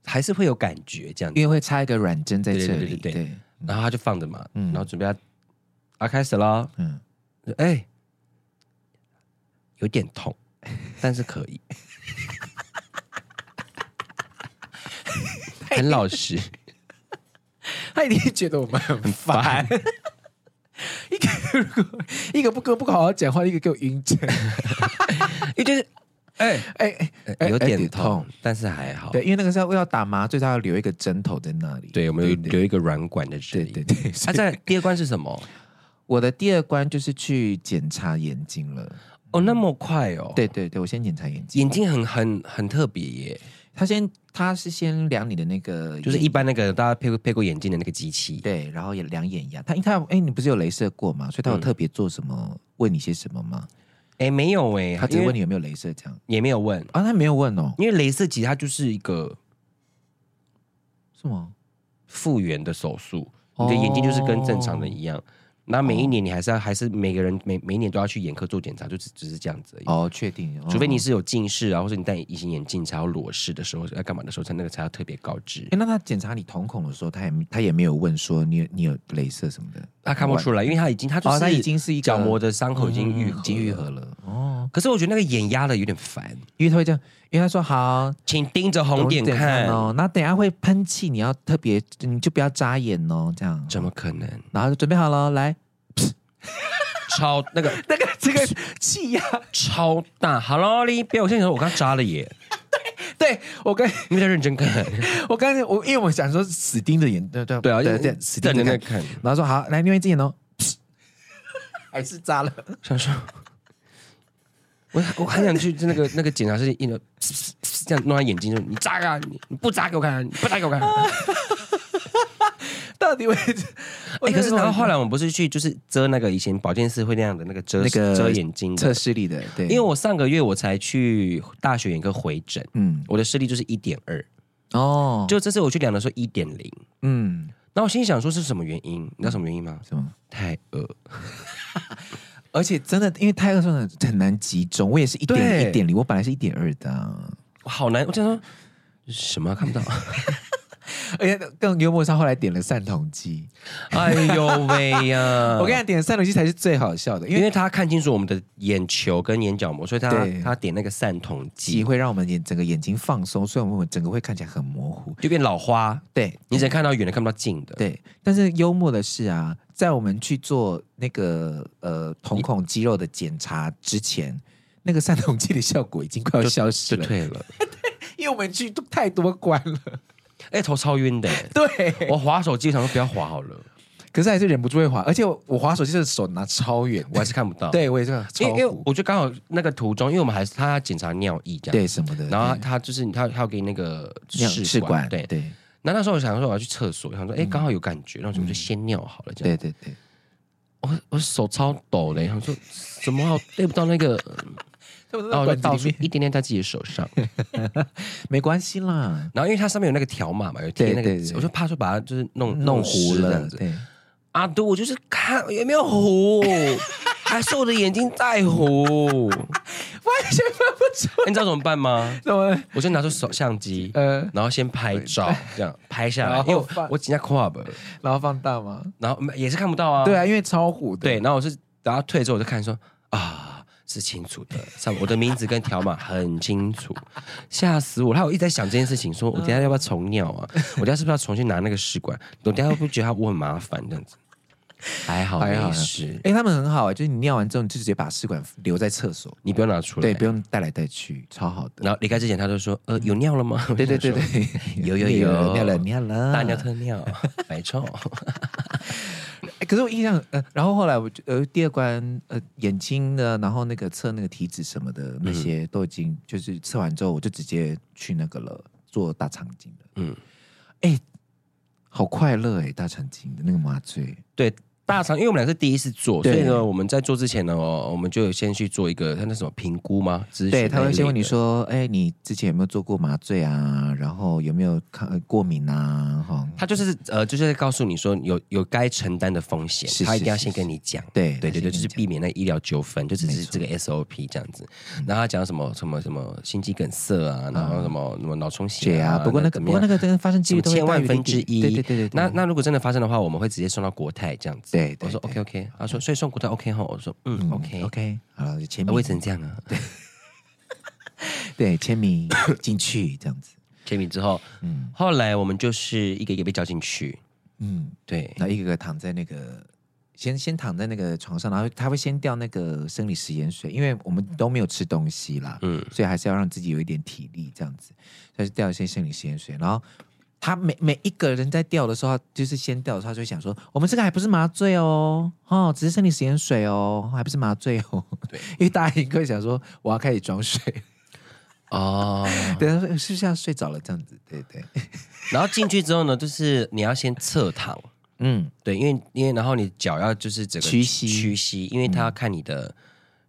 B: 还是会有感觉这样子。
A: 因为会插一个软针在
B: 对
A: 这
B: 对对
A: 里，
B: 对对然后他就放着嘛，
A: 嗯
B: 然后准备要啊开始了，
A: 嗯，
B: 就哎、有点痛，但是可以，很老实，
A: 他一定觉得我们很烦。 一个如果一个不跟我不好好讲话，一个给我晕针，
B: 因为就是哎、
A: 哎哎哎，
B: 有点
A: 痛。
B: 痛，但是还好。
A: 对，因为那个时候要打麻醉，他要留一个针头在那里。
B: 对，我们有
A: 对
B: 留一个软管在这
A: 对
B: 里。
A: 对对。所
B: 啊，
A: 以
B: 再来第二关是什么？
A: 我的第二关就是去检查眼睛了。
B: 哦，那么快哦。，
A: 对对对，我先检查眼睛。
B: 眼睛很很很特别耶，
A: 他先他是先量你的那个，
B: 就是一。般那个大家配过配过眼镜的那个机器。
A: 对，然后也量眼压，他因为他哎，你不是有镭射过嘛，所以他有
B: 嗯
A: 特别做什么，问你些什么吗？
B: 哎，没有哎，
A: 他只
B: 因为
A: 问你有没有镭射这样
B: 也没有问，
A: 啊？他没有问哦，
B: 因为镭射其实它就是一个
A: 是吗？
B: 复原的手术，你的眼睛就是跟正常的一
A: 哦
B: 样。那每一年你还是要，还是每个人每每一年都要去眼科做检查，就只只是这样子而已。
A: 哦，确定，哦
B: 除非你是有近视啊，或者你戴隐形眼镜才要裸视的时候，要干嘛的时候才那个才要特别告 知。
A: 哎，那他检查你瞳孔的时候，他也他也没有问说你有你有镭射什么的，
B: 他看不出来，因为他已经他就是、
A: 哦，他已经是一个
B: 角膜的伤口已经愈
A: 愈
B: 合，
A: 已经愈合。了哦，
B: 可是我觉得那个眼压的有点烦，
A: 因为他会这样，因为他说好
B: 请盯着红点看。
A: 哦，那等一下会喷气，你要特别你就不要眨眼哦，这样，
B: 怎么可能？
A: 然后就准备好了，来，
B: 超那个
A: 那个这个气压，
B: 超大，好喽，你不要！我现在想说我刚扎了耶，
A: 对我刚
B: 你们在认真看。
A: 我刚才我因为我想说死盯着眼， 对对
B: 对啊，
A: 对
B: 对
A: 对，
B: 死
A: 死
B: 瞪
A: 盯
B: 着
A: 着
B: 那
A: 那，
B: 看，
A: 然后说好，来另外一只眼哦， 还是扎了，
B: 想说，我我很想去那个那个检查室，一直这样弄他眼睛，就你扎啊，你你不扎给我看，你不扎给我看。啊
A: 到底为
B: 哎，可是然后后
A: 来
B: 来我们不是去就是遮那个以前保健室会那样的那个遮
A: 那个
B: 遮眼睛
A: 测
B: 的，
A: 视力的，对，
B: 因为我上个月我才去大学眼科回诊，
A: 嗯
B: 我的视力就是一点二，
A: 哦，
B: 就这次我去量的时候一点零，
A: 嗯
B: 那我心里想说是什么原因？你知道什么原因吗？
A: 什么。
B: 太饿。
A: 而且真的，因为太饿，真的很难集中。我也是一点
B: 对
A: 一点零，我本来是一点二的啊、
B: 我好难，我想说什么啊看不到？
A: 而且更幽默的是，他后来点了散瞳机。
B: 哎呦喂呀！
A: 我 跟你讲，点散瞳机才是最好笑的，因
B: 嗯因
A: 为
B: 为他看清楚我们的眼球跟眼角膜，所以他
A: 对
B: 他点那个散瞳
A: 机
B: 剂
A: 会让我们眼整个眼睛放松，所以我们整个会看起来很模糊。
B: 就变老花，
A: 对
B: 你只能看到远的，看不到近的。
A: 对，但是幽默的是啊，在我们去做那个呃瞳孔肌肉的检查之前。那个散瞳剂的效果已经快要消失
B: 就
A: 了，
B: 退了，
A: 因为我们去都太多关了。
B: 哎、头超晕 的。
A: 对，
B: 我滑手机，我想说不要滑好了，
A: 可是还是忍不住会滑，而且我我滑手机的手拿超远
B: 我
A: 的，
B: 还是看不到。，
A: 对我也是
B: 哦因
A: 超
B: 为因为
A: 糊
B: 我就刚好那个途中，因为我们还是他要检查尿液这样，
A: 对什么的，
B: 然后他他就是他他要给那个
A: 尿
B: 试管，对。
A: 对
B: 那那时候我想说我要去厕所，我想说哎、刚好有感觉，那我就先尿好了这样。
A: 对对对，
B: 我我手超抖嘞，想说怎么好对不到 那个，哦
A: 他们
B: 然后我就倒
A: 到
B: 数一点点在自己的手上。
A: 哦没关系啦，
B: 然后因为它上面有那个条码嘛，有贴那个
A: 对对对
B: 我就怕说把它就是嗯弄
A: 弄
B: 湿
A: 糊
B: 这样
A: 了，
B: 子。
A: 对，
B: 啊，对，我就是看有没有 糊，还是我的眼睛在糊，哎
A: 完全分不出
B: 你知道怎么办吗？
A: 怎么
B: 我就拿出手相机，
A: 呃，
B: 然后先拍照，这样拍下来，
A: 然后
B: 因为我
A: 放
B: 我紧张跨本，
A: 然后放大吗？
B: 然后没也是看不到啊。
A: 对啊，因为超糊的，
B: 对，然后我是等他退之后，我就看说啊。是清楚的，上我的名字跟条码很清楚，吓死我！然后我一直在想这件事情，说我等一
A: 嗯
B: 下要不要重尿啊？我等一下是不是要重新拿那个试管？我等一下会不会觉得它我很麻烦这样子？还好
A: 还好
B: 没事，
A: 哎，他们很好啊，就是你尿完之后，你就直接把试管留在厕所，
B: 你不要拿出来。
A: 对，不用带来带去，超好的。
B: 然后离开之前，他就说：“呃，有尿了吗？”
A: 对对对
B: 我就说，
A: 对，
B: 有有有
A: 尿了尿了，
B: 大尿特尿，白臭。
A: 哎，可是我印象，呃，然后后来我就呃第二关呃眼睛的，然后那个测那个体脂什么的那
B: 嗯
A: 些都已经就是测完之后，我就直接去那个了做大肠镜的，
B: 嗯，
A: 哎，好快乐哎，大肠镜的那个麻醉，
B: 对，大肠，因为我们俩是第一次做，所
A: 对
B: 以呢，我们在做之前呢，哦我们就有先去做一个，他那什么评估吗？咨询
A: 对，他
B: 那一
A: 会
B: 类
A: 先问你
B: 的，
A: 说，哎，你之前有没有做过麻醉啊？然后有没有抗呃过敏啊？哈，
B: 他就是呃，就是在告诉你说有有该承担的风险，
A: 是
B: 他一定要
A: 是
B: 先
A: 是
B: 跟你讲。
A: 对
B: 对对对，就是
A: 是
B: 避免那医疗纠纷，就只
A: 没
B: 是
A: 错嗯
B: 这个 SOP 这样子。然后他讲什么什么什么心肌梗塞啊，然后什么什么脑充血
A: 血
B: 啊，
A: 啊。不过那个
B: 怎
A: 不
B: 么
A: 过那
B: 样
A: 个真的发生几率都会
B: 千
A: 大
B: 万
A: 于
B: 分
A: 零
B: 之
A: 点
B: 一，
A: 对对对对，对
B: 那那如果真的发生的话，我们会直接送到国泰这样子。
A: 对对
B: 我说
A: 对
B: OK OK，他说所以送国泰 OK 哈，我说嗯
A: 嗯
B: OK，
A: OK，好了，就签
B: 啊
A: 名
B: 我也只能这样啊。
A: 对，签名进去这样子。
B: 签名之后，
A: 嗯
B: 后来我们就是一个一个被叫进去，
A: 嗯，
B: 对
A: 然后一个个躺在那个，先先躺在那个床上，然后他会先掉那个生理食盐水，因为我们都没有吃东西啦，
B: 嗯
A: 所以还是要让自己有一点体力这样子，所以就掉一些生理食盐水，然后。他每每一个人在掉的时候，他就是先掉的时候，他就会想说：我们这个还不是麻醉哦，哦，只是生理食盐水哦，还不是麻醉哦。
B: 对，
A: 因为大家一个想说我要开始装睡，
B: 哦，
A: 对，他说呃是不是要睡着了这样子？对对，
B: 然后进去之后呢，就是你要先侧躺。
A: 嗯，
B: 对，因为因为然后你脚要就是整个
A: 屈膝
B: 屈膝，因为他要看你的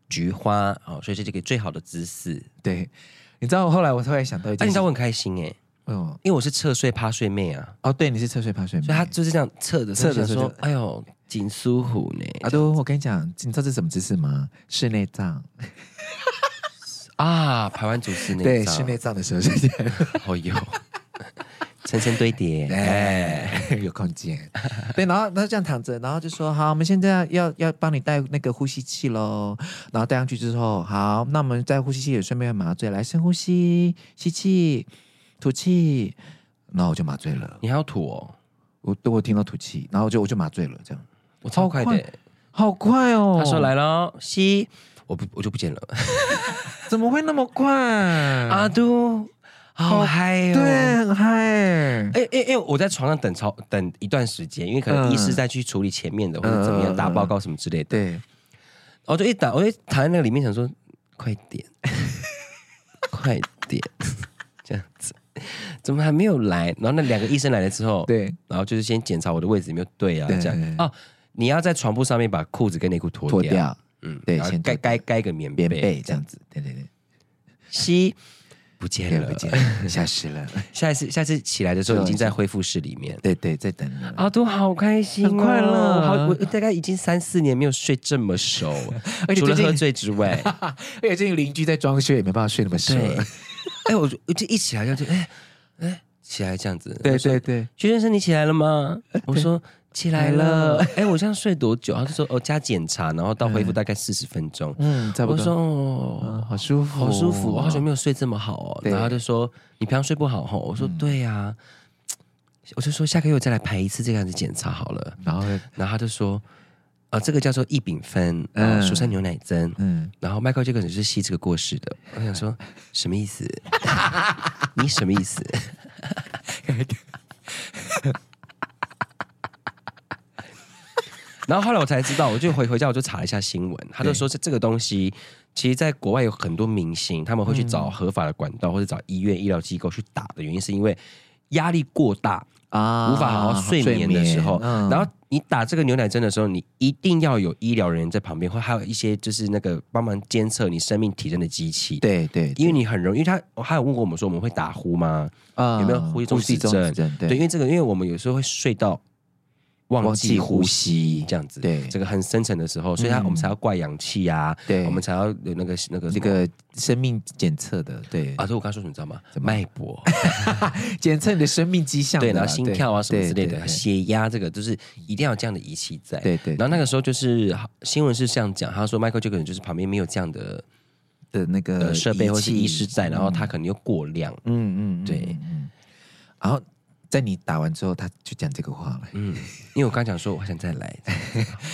B: 菊花、哦，所以这是一个最好的姿势。
A: 对。你知道后来我突然想到一
B: 但
A: 件
B: 你
A: 事
B: 知道我很开心哎、
A: 嗯，
B: 因为我是侧睡趴睡妹啊，
A: 哦，对，你是侧睡趴睡妹，
B: 所以他就是这样侧着
A: 侧着睡
B: 就想说
A: 就，
B: 哎呦，紧舒服呢
A: 阿都，我跟你讲，你知道这是什么姿势吗？室内葬，
B: 啊，排完组室内
A: 对，
B: 照
A: 室内，葬的时候 是这样，
B: 哦哟， 层层堆叠，哎，
A: 哎， 有空间，对，然后然后这样躺着，然后就说好，我们现在要要帮你带那个呼吸器喽，然后带上去之后，好，那我们在呼吸器也顺便麻醉，来深呼吸，吸气，吐气，然后我就麻醉了，
B: 你还要吐哦，
A: 我对我听到吐气，然后我就我就麻醉了，这样，
B: 我超快的、
A: 好好快哦，
B: 他说来喽，吸，我不我就不见了，
A: 怎么会那么快
B: 阿
A: 啊？
B: 都好
A: 好
B: 嗨哦，
A: 对，很嗨。
B: 哎哎哎！我在床上等超等一段时间，因为可能
A: 嗯
B: 医师在去处理前面的、或者怎么
A: 嗯嗯
B: 样
A: 嗯
B: 打报告什么之类的，
A: 对，
B: 我就一打，我就躺在那个里面想说，快 点，快点，这样子，怎么还没有来？然后那两个医生来了之后，，
A: 对，
B: 然后就是先检查我的位置有没有对啊，
A: 对
B: 这样哦。你要在床铺上面把裤子跟内裤脱
A: 脱
B: 掉，
A: 掉
B: 嗯，
A: 对
B: 然后
A: 先脱
B: 盖盖盖个棉
A: 棉
B: 被
A: 被，这样子，对对对，
B: 吸不见
A: 对
B: 了，
A: 不见了，消失了，
B: 下一次下次起来的时候已经在恢复室里面。
A: 对对，在等你了。
B: 阿啊都好开心、哦，
A: 很快乐，
B: 好，我大概已经三四年没有睡这么熟
A: 而且
B: 除
A: 最
B: 了
A: 近
B: 喝醉之外，
A: 而且最近邻居在装修，也没办法睡那么熟
B: 对。哎，我就我就一起来这样就哎哎起来这样子，
A: 对
B: 我说
A: 对，对，
B: 徐先生你起来了 吗？我说起来了，哎，我这样睡多久？他就说哦加检查，然后到恢复大概四十分钟。
A: 嗯，差不
B: 我说
A: 多。
B: 哦
A: 嗯，好舒服，
B: 好舒服，哦我好久没有睡这么好哦。
A: 对
B: 然后他就说你平常睡不好吼，我说对呀、我就说下个月我再来排一次这个样子检查好了。
A: 然后，
B: 然后他就说，呃，这个叫做异丙酚，
A: 嗯
B: 呃，蜀山牛奶针。
A: 嗯，
B: 然后迈克这个人是吸这个过世的，我想说什么意思？ 你什么意思？ 然后后来我才知道，我就回回家我就查了一下新闻，他就说这这个东西，其实在国外有很多明星他们会去找合法的管道、或者找医院医疗机构去打的原因，是因为压力过大，
A: 啊
B: 无法好好睡眠的时候，
A: 嗯
B: 然后你打这个牛奶针的时候，你一定要有医疗人员在旁边，或还有一些就是那个帮忙监测你生命体征的机器。，
A: 对对，
B: 因为你很容易，因为他我还有问过我们说我们会打呼吗？
A: 啊
B: 有没有呼吸中止症
A: 症？
B: 对，因
A: 对，
B: 为这个，因为我们有时候会睡到忘
A: 忘
B: 记
A: 记
B: 呼
A: 呼
B: 吸
A: 吸，
B: 这样子，
A: 对
B: 这个很深层的时候，所以他、
A: 嗯
B: 我们才要挂氧气啊，
A: 对
B: 我们才要有那个那个
A: 这。个生命检测的，对
B: 啊，对，我刚刚说什么你知道吗？
A: 怎么
B: 脉搏，
A: 检测你的生命迹象的
B: 对，
A: 啦，
B: 然后心跳啊什么
A: 对
B: 之类
A: 对
B: 的，
A: 对
B: 血压这个，就是一定要有这样的仪器在。
A: 对对
B: 然后那个时候就是新闻是这样讲，他说 Michael Jackson 就是旁边没有这样的
A: 的那个
B: 呃设备或是
A: 仪器
B: 医师在，然后他可能又过量，
A: 嗯嗯，嗯
B: 对。
A: 嗯然后在你打完之后，他就讲这个话了。
B: 嗯，因为我刚讲说我还想 再来，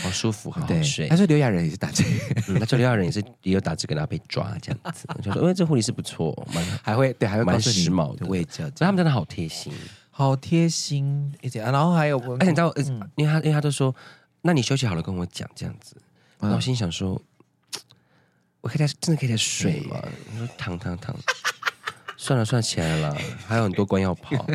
B: 好舒服，好好
A: 对，
B: 睡
A: 他。说刘亚仁也是打这 个，
B: 嗯，那这里要人也是也有打这个，然后被抓这样子，我就说，哎，这护理师不错，蛮。
A: 还会对，还会
B: 蛮
A: 告诉你
B: 时髦的
A: 味觉，
B: 所以他们真的好贴心，
A: 好贴心。而且、啊然后还有我
B: 嗯而且你知道，呃因为他因为他就说，那你休息好了跟我讲这样子。然后我心想说，我可以再真的可以再睡吗？你说躺躺躺， 算了算了起来 了，还有很多关要跑。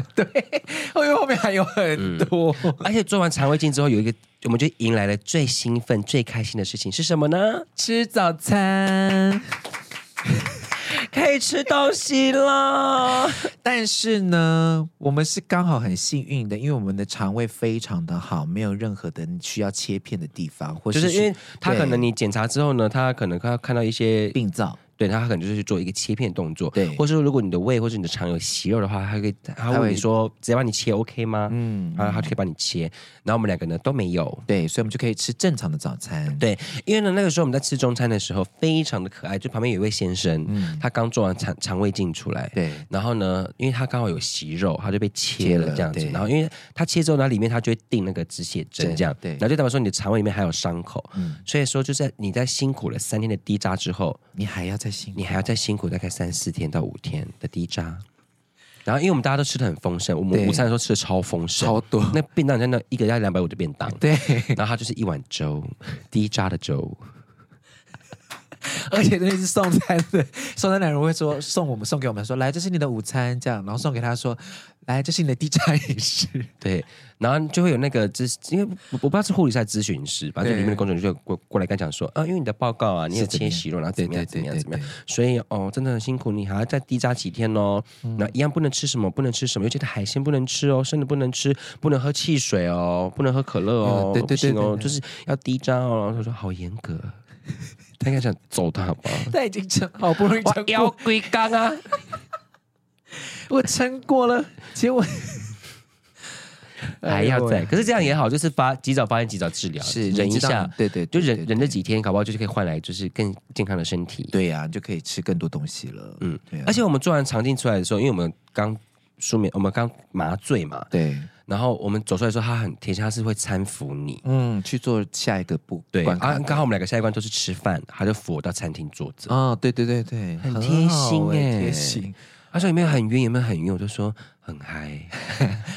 A: 因为后面还有
B: 嗯
A: 很多，
B: 而且做完肠胃镜之后，有一个我们就迎来了最兴奋、最开心的事情是什么呢？
A: 吃早餐。
B: 可以吃东西了。
A: 但是呢，我们是刚好很幸运的，因为我们的肠胃非常的好，没有任何的需要切片的地方，或
B: 就是是因为他
A: 对
B: 可能你检查之后呢，他可能看看到一些，
A: 病灶，
B: 对他可能就是去做一个切片动作，
A: 对
B: 或是说如果你的胃或者你的肠有息肉的话，他可以他
A: 他
B: 会
A: 会
B: 问你说直接帮你切 OK 吗？
A: 嗯，
B: 然后他就可以帮你切。然后我们两个呢都没有。
A: 对，所以我们就可以吃正常的早餐。
B: 对，因为呢，那个时候我们在吃中餐的时候，非常的可爱。就旁边有一位先生，他刚做完肠肠胃镜出来，
A: 嗯对
B: 然后呢，因为他刚好有息肉，他就被切
A: 切
B: 了
A: 了
B: 这样子
A: 对。
B: 然后因为他切之后，呢，里面他就会定那个止血针
A: 针
B: 这样，
A: 对
B: 然后就代表说你的肠胃里面还有伤口，
A: 嗯
B: 所以说就在你在辛苦了三天的低渣之后，
A: 你还要再辛苦，
B: 你还要再辛苦大概三四天到五天的低渣。然后因为我们大家都吃的很丰盛，我们
A: 对
B: 午餐的时候吃的超丰盛，
A: 超多
B: 那便当真的一个要两百五的便当。
A: 对，
B: 然后它就是一碗粥，低渣的粥，
A: 而且那是送餐的， 送餐的人会说送我们送给我们说，来这是你的午餐这样，然后送给他说，来这是你的低渣饮食，
B: 对，然后就会有那个咨，因为我我不知道是护理师还是咨询师，反正就里面的工作人员就过过来跟他讲说，啊，因为你的报告啊，你有
A: 是怎么
B: 切
A: 样
B: 息肉，然后怎么样怎么样怎么样，
A: 对，
B: 所以哦，真的很辛苦，你还要再低渣几天哦，
A: 嗯
B: 那、一样不能吃什么，不能吃什么，尤其是海鲜不能吃哦，生的不能吃，不能喝汽水哦，不能喝可乐
A: 嗯
B: 哦，
A: 对对对
B: 不行哦，
A: 对对
B: 就是要低渣哦。然后他说好严格， 他应该想揍他吧。
A: 他已经撑，好不容易
B: 我
A: 撑
B: 腰
A: 过，
B: 龟缸啊！
A: 我撑过了，结果
B: 还要再，可是这样也好，就是发及早发现，及早治疗，
A: 是
B: 忍一下，
A: 对对，对
B: 就忍
A: 对
B: 忍这几天，搞不好就是可以换来就是更健康的身体。
A: 对呀、你就可以吃更多东西了。
B: 嗯
A: 嗯，对啊、
B: 而且我们做完肠镜出来的时候，因为我们刚舒眠，我们刚麻醉嘛，
A: 对，
B: 然后我们走出来的时候，他很贴心，他是会搀扶你。
A: 嗯，去做下一个步
B: 对，
A: 关卡
B: 啊，。刚好我们两个下一关都是吃饭，他就扶我到餐厅坐着。
A: 啊、对对对对，
B: 很
A: 好
B: 贴心
A: 欸
B: 欸
A: 贴心。
B: 他说有没有很晕，有没有很晕？我就说很嗨，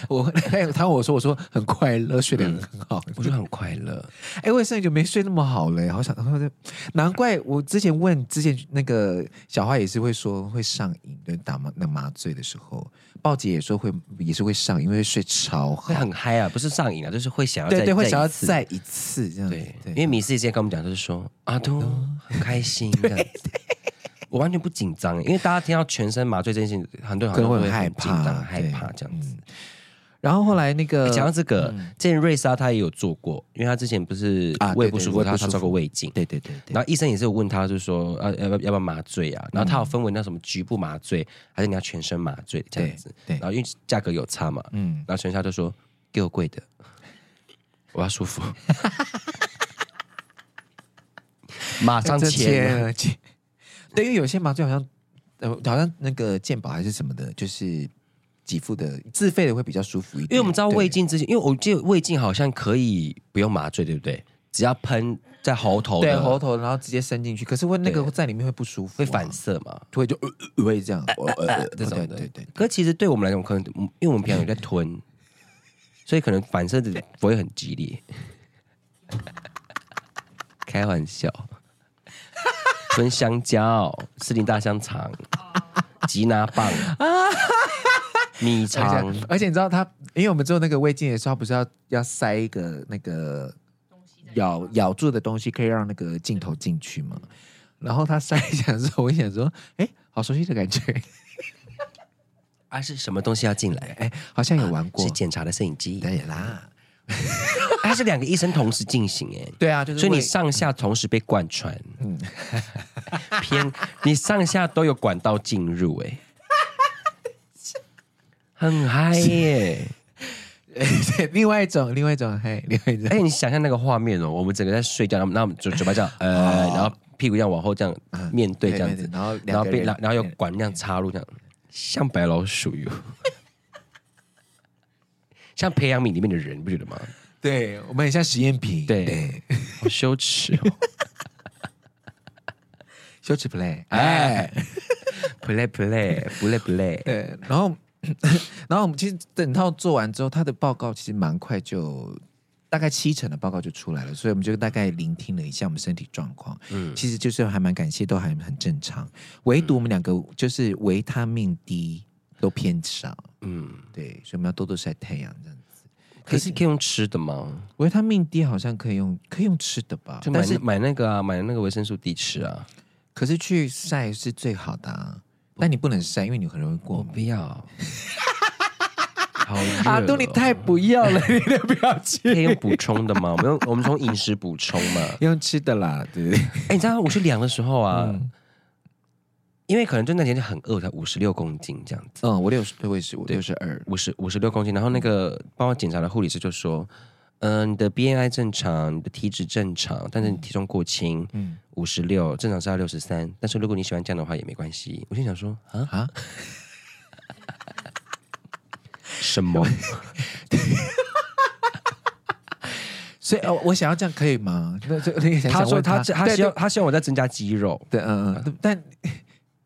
A: 我 还有他问我说，我说很快乐，睡得很好。
B: 我说很快 乐。
A: 哎、我也是很久没睡那么好了、好想，难怪我之前问之前那个小花也是会说会上瘾，对，打麻那麻醉的时候，鲍姐也说会也是会上瘾，因为睡超好
B: 会，很嗨啊，不是上瘾啊，就是会想要再
A: 对对，会
B: 再
A: 想要
B: 一次
A: 再一次这样子，
B: 对，
A: 嗯对，哦
B: 因为米斯之前跟我们讲，就是说阿都很 开心这样子。我完全不紧张，因为大家听到全身麻醉这件事情，很多人好像
A: 可能会
B: 会
A: 很害
B: 很紧张、
A: 怕
B: 害
A: 对嗯
B: 怕这样子。
A: 然后后来那个
B: 哎讲到这个，之前瑞莎她也有做过，因为她之前不是
A: 嗯啊
B: 胃
A: 对
B: 不
A: 对
B: 舒服，
A: 胃
B: 她
A: 不
B: 她
A: 舒
B: 照过
A: 服
B: 胃镜，
A: 对对对对，嗯
B: 然后医生也是有问他，就是说，啊，要不要要不要麻醉啊？然后他有分为那什么局部麻醉，还是你要全身麻醉这样子？
A: 对对
B: 然后因为价格有差嘛，
A: 嗯，
B: 然后全下就说给我贵的，我要舒服，马上签。
A: 哎了签。对，因为有些麻醉好像，呃，好像那个健保还是什么的，就是给付的自费的会比较舒服一点。
B: 因为我们知道
A: 对
B: 胃，镜之前，因为我记得胃镜好像可以不用麻醉，对不对？只要喷在喉头的，
A: 对喉头，然后直接伸进去，可是会那个
B: 对
A: 在里面会不舒服啊，
B: 会反射嘛。
A: 会就呃呃会这样，呃呃呃
B: 这种的
A: 对对对，
B: 可是其实对我们来讲，可能嗯因为我们平常有在吞，所以可能反射的不会很激烈。开玩笑，吞香蕉、士林大香肠、吉拿棒、米
A: 而
B: 肠
A: 且，而且你知道他，因为我们做那个胃镜的时候，他不是要要塞一个那个咬咬住的东西，可以让那个镜头进去吗？然后他塞一下的时候，我就想说，哎，好熟悉的感觉，
B: 啊是什么东西要进来？
A: 哎，好像有玩过
B: 是，检查的摄影机，
A: 对啦，
B: 它是两个医生同时进行哎、
A: 对啊，就是嗯
B: 所以你
A: 胃
B: 上下同时被贯穿， 偏你上下都有管道进入、 哎，很嗨耶、
A: 对， 另外一种，另外一种，嘿，另外一种
B: 而，且哎你想象那个画面哦，我们整个在睡觉，然后然后我们嘴嘴巴这样，呃，然后屁股这样往后这样面对这样子
A: 哦嗯对，然后两个
B: 然后被
A: 人
B: 然后然后有管那样插入这样，像白老鼠哟，像培养皿里面的人，你不觉得吗？
A: 对我们很像实验品，
B: 对，好羞耻哦
A: 羞耻 play，
B: 哎
A: 哎，
B: ，play play play play。
A: 对， 然后，然后我们其实整套做完之后，他的报告其实蛮快就大概七成的报告就出来了，所以我们就大概聆听了一下我们身体状况，
B: 嗯，
A: 其实就是还蛮感谢，都还很正常，唯独我们两个就是维他命 D 都偏少，
B: 嗯，
A: 对，所以我们要多多晒太阳这样子。
B: 可是可以用吃的吗？
A: 维他命 D 好像可以用，可以用吃的吧？
B: 就买
A: 但
B: 那
A: 是
B: 买那个啊，买那个维生素 D 吃啊。
A: 可是去晒是最好的、啊，但你不能晒，因为你很容易过
B: 我
A: 敏。
B: 不要。好热
A: 阿
B: 哦
A: 杜，你太不要 了，你的表情。
B: 可以用补充的吗？我们用我们从饮食补充嘛。
A: 用吃的啦，对不对？
B: 哎、你知道我去量的时候啊，因为可能就那天就很饿，我才五十六公斤这样子，
A: 嗯，我六十，我也是，我六十二。
B: 五十五十六公斤。然后那个帮我检查的护理师就说，嗯、你的 BMI 正常，你的体脂正常，但是你体重过轻，
A: 嗯
B: 五十六正常是要六十三，但是如果你喜欢这样的话也没关系。我心想说啊，
A: 啊，
B: 什么？
A: 所以呃，我想要这样可以吗？那这那个想
B: 他
A: 想
B: 说
A: 问
B: 他他
A: 对
B: 希望他希望我再增加肌肉。
A: 对，嗯嗯，对但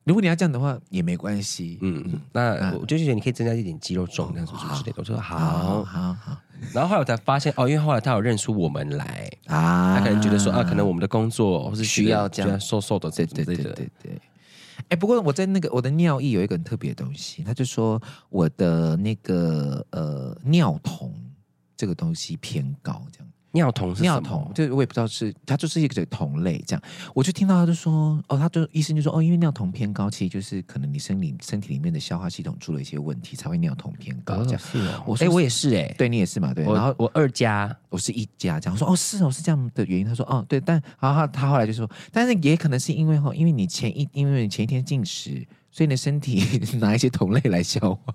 A: 如果你要这样的话也没关系。
B: 嗯，那我就觉得你可以增加一点肌肉重量什么什么之类的。我说好，
A: 好好
B: 然后后来我才发现哦，因为后来他有认出我们来，
A: 啊
B: 他可能觉得说啊，可能我们的工作或是
A: 需
B: 觉得
A: 要这样
B: 觉得瘦瘦的，
A: 对对
B: 对对
A: 对对
B: 对对，
A: 对哎，不过我在那个我的尿液有一个很特别的东西，他就说我的那个呃尿酮这个东西偏高，这样
B: 尿酮是
A: 尿
B: 什么
A: 酮，就是我也不知道是它就是一个酮类这样。我就听到他就说，哦，他就医生就说，哦，因为尿酮偏高，其实就是可能你生理身体里面的消化系统出了一些问题，才会尿酮偏高
B: 哦
A: 这样。
B: 是哦，
A: 我
B: 我
A: 说
B: 哎我也是哎，
A: 对你也是嘛，对。
B: 我
A: 然后
B: 我二加
A: 我是一家这样我说，哦，是哦，是这样的原因。他说，哦，对，但然后他后来就说，但是也可能是因为哦，因为你前一因为你前一天进食。所以你的身体 拿一些酮类来消化，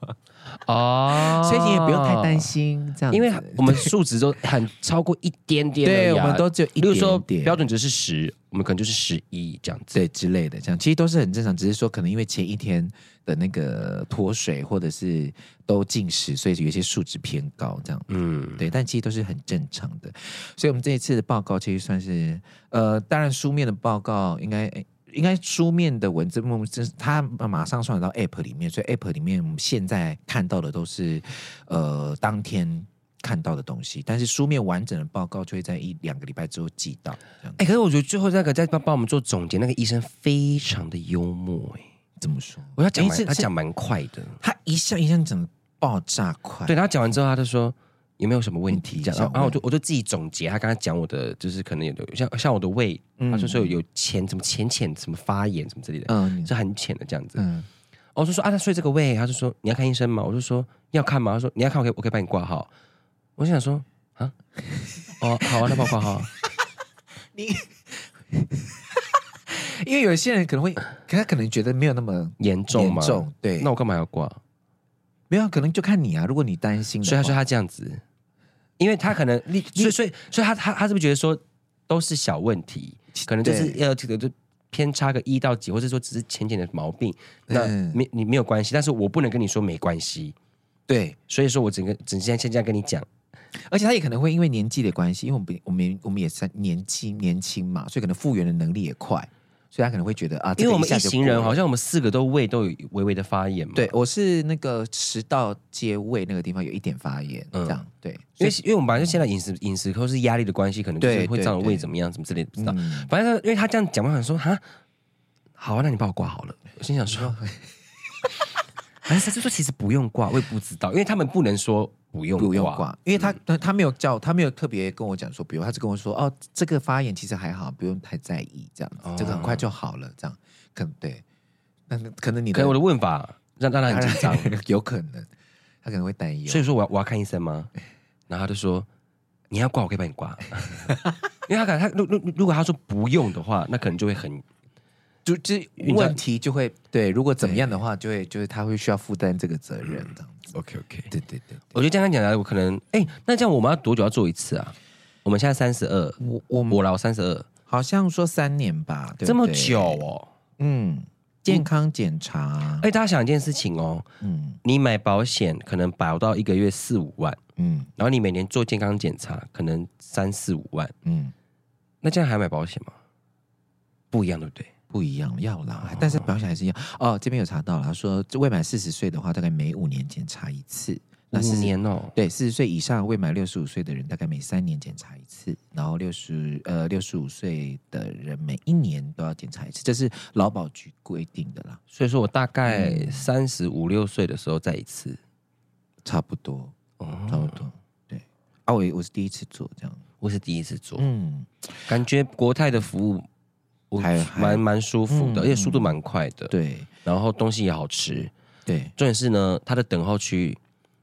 B: 哦
A: 所以你也不用太担，心这样子。
B: 因为我们数值都很超过一点点而已啊，
A: 对我们都只有一
B: 例如说
A: 点点
B: 标准值是十，我们可能就是十一这样子。
A: 对之类的，这样其实都是很正常，只是说可能因为前一天的那个脱水或者是都进食，所以有一些数值偏高这样。
B: 嗯，
A: 对，但其实都是很正常的，所以我们这一次的报告其实算是，呃，当然书面的报告应该诶应该书面的文字幕是它马上上传到 App 里面，所以 App 里面我们现在看到的都是呃当天看到的东西，但是书面完整的报告就会在一两个礼拜之后寄到。这样
B: 哎，可是我觉得最后那个在帮帮我们做总结那个医生非常的幽默哎，
A: 怎么说？
B: 我要讲
A: 诶
B: 蛮
A: 是
B: 他
A: 是
B: 讲蛮快的，
A: 他一下一下整个爆炸快，
B: 对，，然后讲完之后，他就说有没有什么问题？这样，
A: 想
B: 然
A: 问
B: 后然后我就我就自己总结他刚才讲我的，就是可能有有像像我的胃，
A: 嗯
B: 他就说有浅什么浅浅什么发炎什么之类的，
A: 嗯
B: 是很浅的这样子。
A: 嗯，
B: 哦我就说啊，那所以这个胃，他就说你要看医生吗？我就说要看吗？他说你要看，我可以我可以帮你挂号。我就想说啊，哦好啊，那帮我挂号。
A: 因为有些人可能会，可他可能觉得没有那么
B: 严重
A: 严
B: 吗？
A: 重，对，
B: 那我干嘛要挂？
A: 没有，可能就看你啊，如果你担心的
B: 所以
A: 话，
B: 他说他这样子，因为他可能，所以所以所以他他他是不是觉得说都是小问题，可能就是
A: 对
B: 要这个就偏差个一到几，或者说只是浅浅的毛病，那
A: 嗯
B: 没你没有关系，但是我不能跟你说没关系，
A: 对，
B: 所以说我整个整现在现在跟你讲，
A: 而且他也可能会因为年纪的关系，因为我们我们我们也是年纪年轻嘛，所以可能复原的能力也快，所以他可能会觉得啊，这
B: 因为
A: 个
B: 我们
A: 下
B: 一
A: 就
B: 行
A: 过
B: 人
A: 了
B: 好像我们四个都胃都有微微的发炎嘛，
A: 对，我是那个食道接位那个地方有一点发炎，
B: 嗯
A: 这样对，
B: 因
A: 所
B: 为
A: 以
B: 因为我们本来就现在饮食饮食或是压力的关系，可能就是
A: 对
B: 会造成
A: 对
B: 胃
A: 对
B: 怎么样怎么之类的，不知道。
A: 嗯，
B: 反正他因为他这样讲，我想说哈，好啊，那你帮我挂好了。我心 想说，还是他就说其实不用挂，我也不知道，因为他们不能说不用
A: 不用挂，嗯因为他他他没有叫，他没有特别跟我讲说，比如他就跟我说，哦，这个发炎其实还好，不用太在意，这样子，
B: 哦
A: 这个很快就好了，这样，可能对，那那可能你
B: 可
A: 的，
B: 能我的问法让让他很紧张，
A: 有可能他可能会担忧，
B: 所以说我要我要看医生吗？然后他就说你要挂，我可以帮你挂， 因为他可能他如如如果他说不用的话，那可能就会很
A: 就这
B: 因为
A: 问题就会对，嗯如果怎么样的话，就会就是他会需要负担这个责任，这样子，
B: OK OK。
A: 对对对，
B: 我觉得这样讲来，我可能哎、那这样我们要多久要做一次啊？我们现在三十二，
A: 我我们
B: 我来我三十二，
A: 好像说三年吧，对不
B: 这么
A: 对
B: 久，哦。
A: 嗯，健康检查
B: 哎、，大家想一件事情哦，
A: 嗯
B: 你买保险可能保到一个月四五万，
A: 嗯
B: 然后你每年做健康检查可能三四五万，
A: 嗯。
B: 那这样还买保险吗？不一样，对不对？
A: 不一样，要啦，但哦是保险还是一样。哦，这边有查到了，他说这未满四十岁的话，大概每五年检查一次。那
B: 五
A: 40
B: 年哦，
A: 对，四十岁以上未满六十五岁的人，大概每三年检查一次，然后六十呃六十五岁的人每一年都要检查一次，这是劳保局规定的啦，
B: 所以说我大
A: 嗯
B: 概三十五六岁的时候再一次。
A: 差不多，差不
B: 哦，
A: 多，对。啊，我我是第一次做这样，
B: 我是第一次做，
A: 嗯，
B: 感觉国泰的服务我
A: 还还
B: 蛮蛮舒服
A: 嗯
B: 的，而且速度蛮快的，
A: 对
B: 然后东西也好吃。
A: 对
B: 重点是呢，它的等候区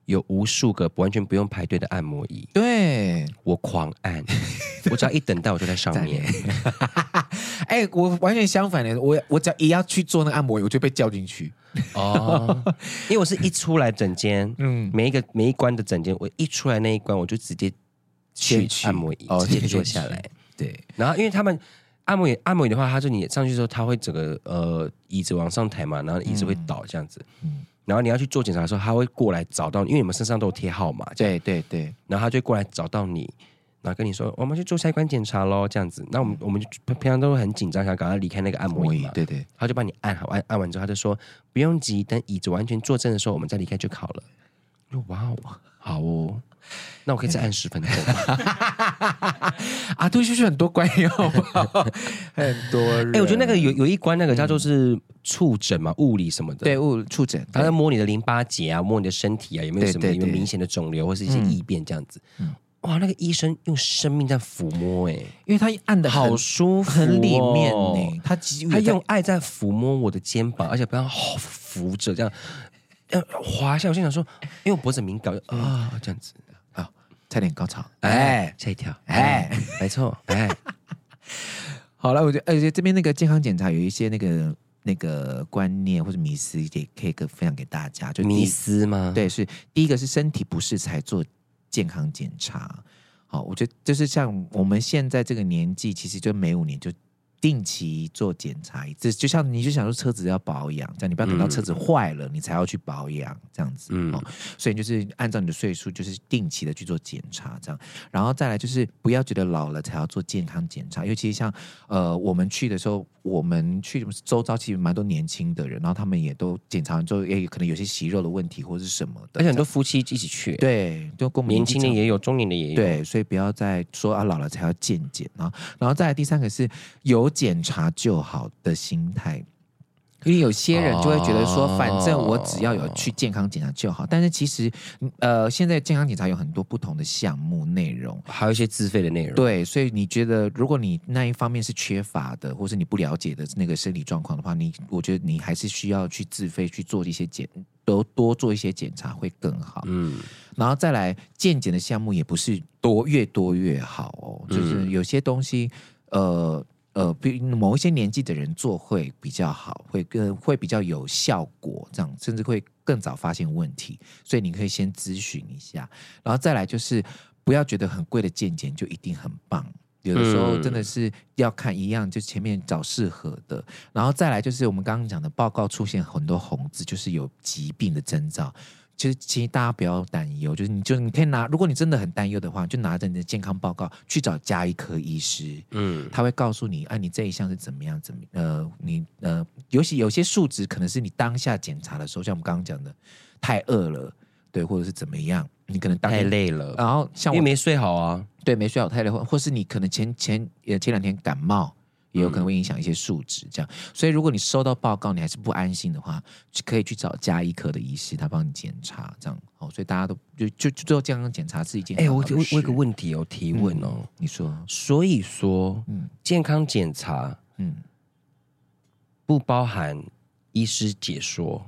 B: 有无数个完全不用排队的按摩椅，
A: 对，
B: 我狂 按，我只要一等待我就在上面。
A: 哎、我完全相反的，我我只要一要去做那个按摩，我就被叫进去，
B: 哦， 因为我是一出来整间，
A: 嗯，
B: 每一个每一关的整间，我一出来那一关我就直接去
A: 先去
B: 按摩椅，
A: 哦
B: 直接
A: 先
B: 坐
A: 去
B: 下来。
A: 对，
B: 然后因为他们按摩椅按摩椅的话，他就你上去之后，他会整个呃椅子往上抬嘛，然后椅子会倒这样子。
A: 嗯，
B: 然后你要去做检查的时候，他会过来找到你，因为你们身上都有贴号码，
A: 对对对，
B: 然后他就会过来找到你，然后跟你说我们去做下一关检查喽，这样子。那我们我们就平常都会很紧张，想赶快离开那个按摩
A: 摩
B: 椅
A: 椅
B: 嘛，。
A: 对对，
B: 他就帮你按好，按按完之后，他就说不用急，等椅子完全坐正的时候，我们再离开就好了。我说哇哦，好哦，那我可以再按十 分钟吗。
A: 啊，对，就是很多关系，好不 好？很多人，
B: 哎、我觉得那个有有一关那个叫做是触诊嘛，物理什么的。
A: 嗯对啊误触诊，
B: 他在摸你的淋巴结啊，摸你的身体啊，有没有
A: 对嗯
B: 什么
A: 对
B: 有没
A: 对
B: 有明显的肿瘤或是一些异变这样子？哇，那个医生用生命在抚摸、欸，
A: 因为他按的
B: 哎，好舒服、
A: 很里面欸呢、他哦几乎
B: 他
A: 有在
B: 用爱在抚摸我的肩膀，而且不要好扶着这样，要滑一下。我心想说，因为我脖子敏感啊、这样子，
A: 啊、差点高潮，
B: 哎，吓一跳，哎，没错， 哎，
A: 好了，我觉得，而且这边那个健康检查有一些那个那个观念或者迷思，也可以跟分享给大家。就第一
B: 迷思吗？，
A: 对，是第一个是身体不适才做健康检查。好，我觉得就是像我们现在这个年纪，其实就每五年就定期做检查一次。就像你就想说车子要保养，这样你不要等到车子坏了、你才要去保养这样子。
B: 嗯
A: 嗯、哦，所以就是按照你的岁数，就是定期的去做检查这样。然后再来就是不要觉得老了才要做健康检查，尤其是像呃我们去的时候，我们去周遭其实蛮多年轻的人，然后他们也都检查完之后，也可能有些息肉的问题或是什么的，
B: 而且很多夫妻一起去，
A: 对，就跟我们
B: 年轻的
A: 也
B: 也有，中年的也有，
A: 对，所以不要再说啊老了才要健检啊。然后再来第三个是有检查就好的心态。因为有些人就会觉得说
B: 哦，
A: 反正我只要有去健康检查就好。但是其实，嗯呃，现在健康检查有很多不同的项目内容，
B: 还有一些自费的内容。
A: 对，所以你觉得，如果你那一方面是缺乏的，或是你不了解的那个生理状况的话，你我觉得你还是需要去自费去做一些检，多多做一些检查会更好。
B: 嗯，
A: 然后再来健检的项目也不是多越多越好哦，就是有些东西，呃呃，比某一些年纪的人做会比较好，会更会比较有效果，这样甚至会更早发现问题，所以你可以先咨询一下，然后再来就是不要觉得很贵的健检就一定很棒。有的时候
B: 嗯
A: 真的是要看一样，就前面找适合的，然后再来就是我们刚刚讲的报告出现很多红字，就是有疾病的征兆。就是其实大家不要担忧，就是你就你可以拿，如果你真的很担忧的话，就拿着你的健康报告去找加医科医师，
B: 嗯，
A: 他会告诉你，啊，你这一项是怎么样，怎么呃，你呃，尤其有些数值可能是你当下检查的时候，像我们刚刚讲的，太饿了，对，或者是怎么样，你可能当
B: 太
A: 天，
B: 累了，
A: 然后
B: 因
A: 像
B: 为
A: 我
B: 没睡好啊。
A: 对，没睡好太累，或或是你可能前前呃前两天感冒，也有可能会影响一些数值这样。所以如果你收到报告你还是不安心的话，就可以去找加医科的医师，他帮你检查这样。哦，所以大家都就就就做健康检查是一件
B: 哎、
A: 很
B: 我
A: 好
B: 我
A: 的
B: 我
A: 事
B: 有个，问题哦，提问哦。
A: 你说，
B: 所以说，
A: 嗯
B: 健康检查
A: 嗯，
B: 不包含医师解说，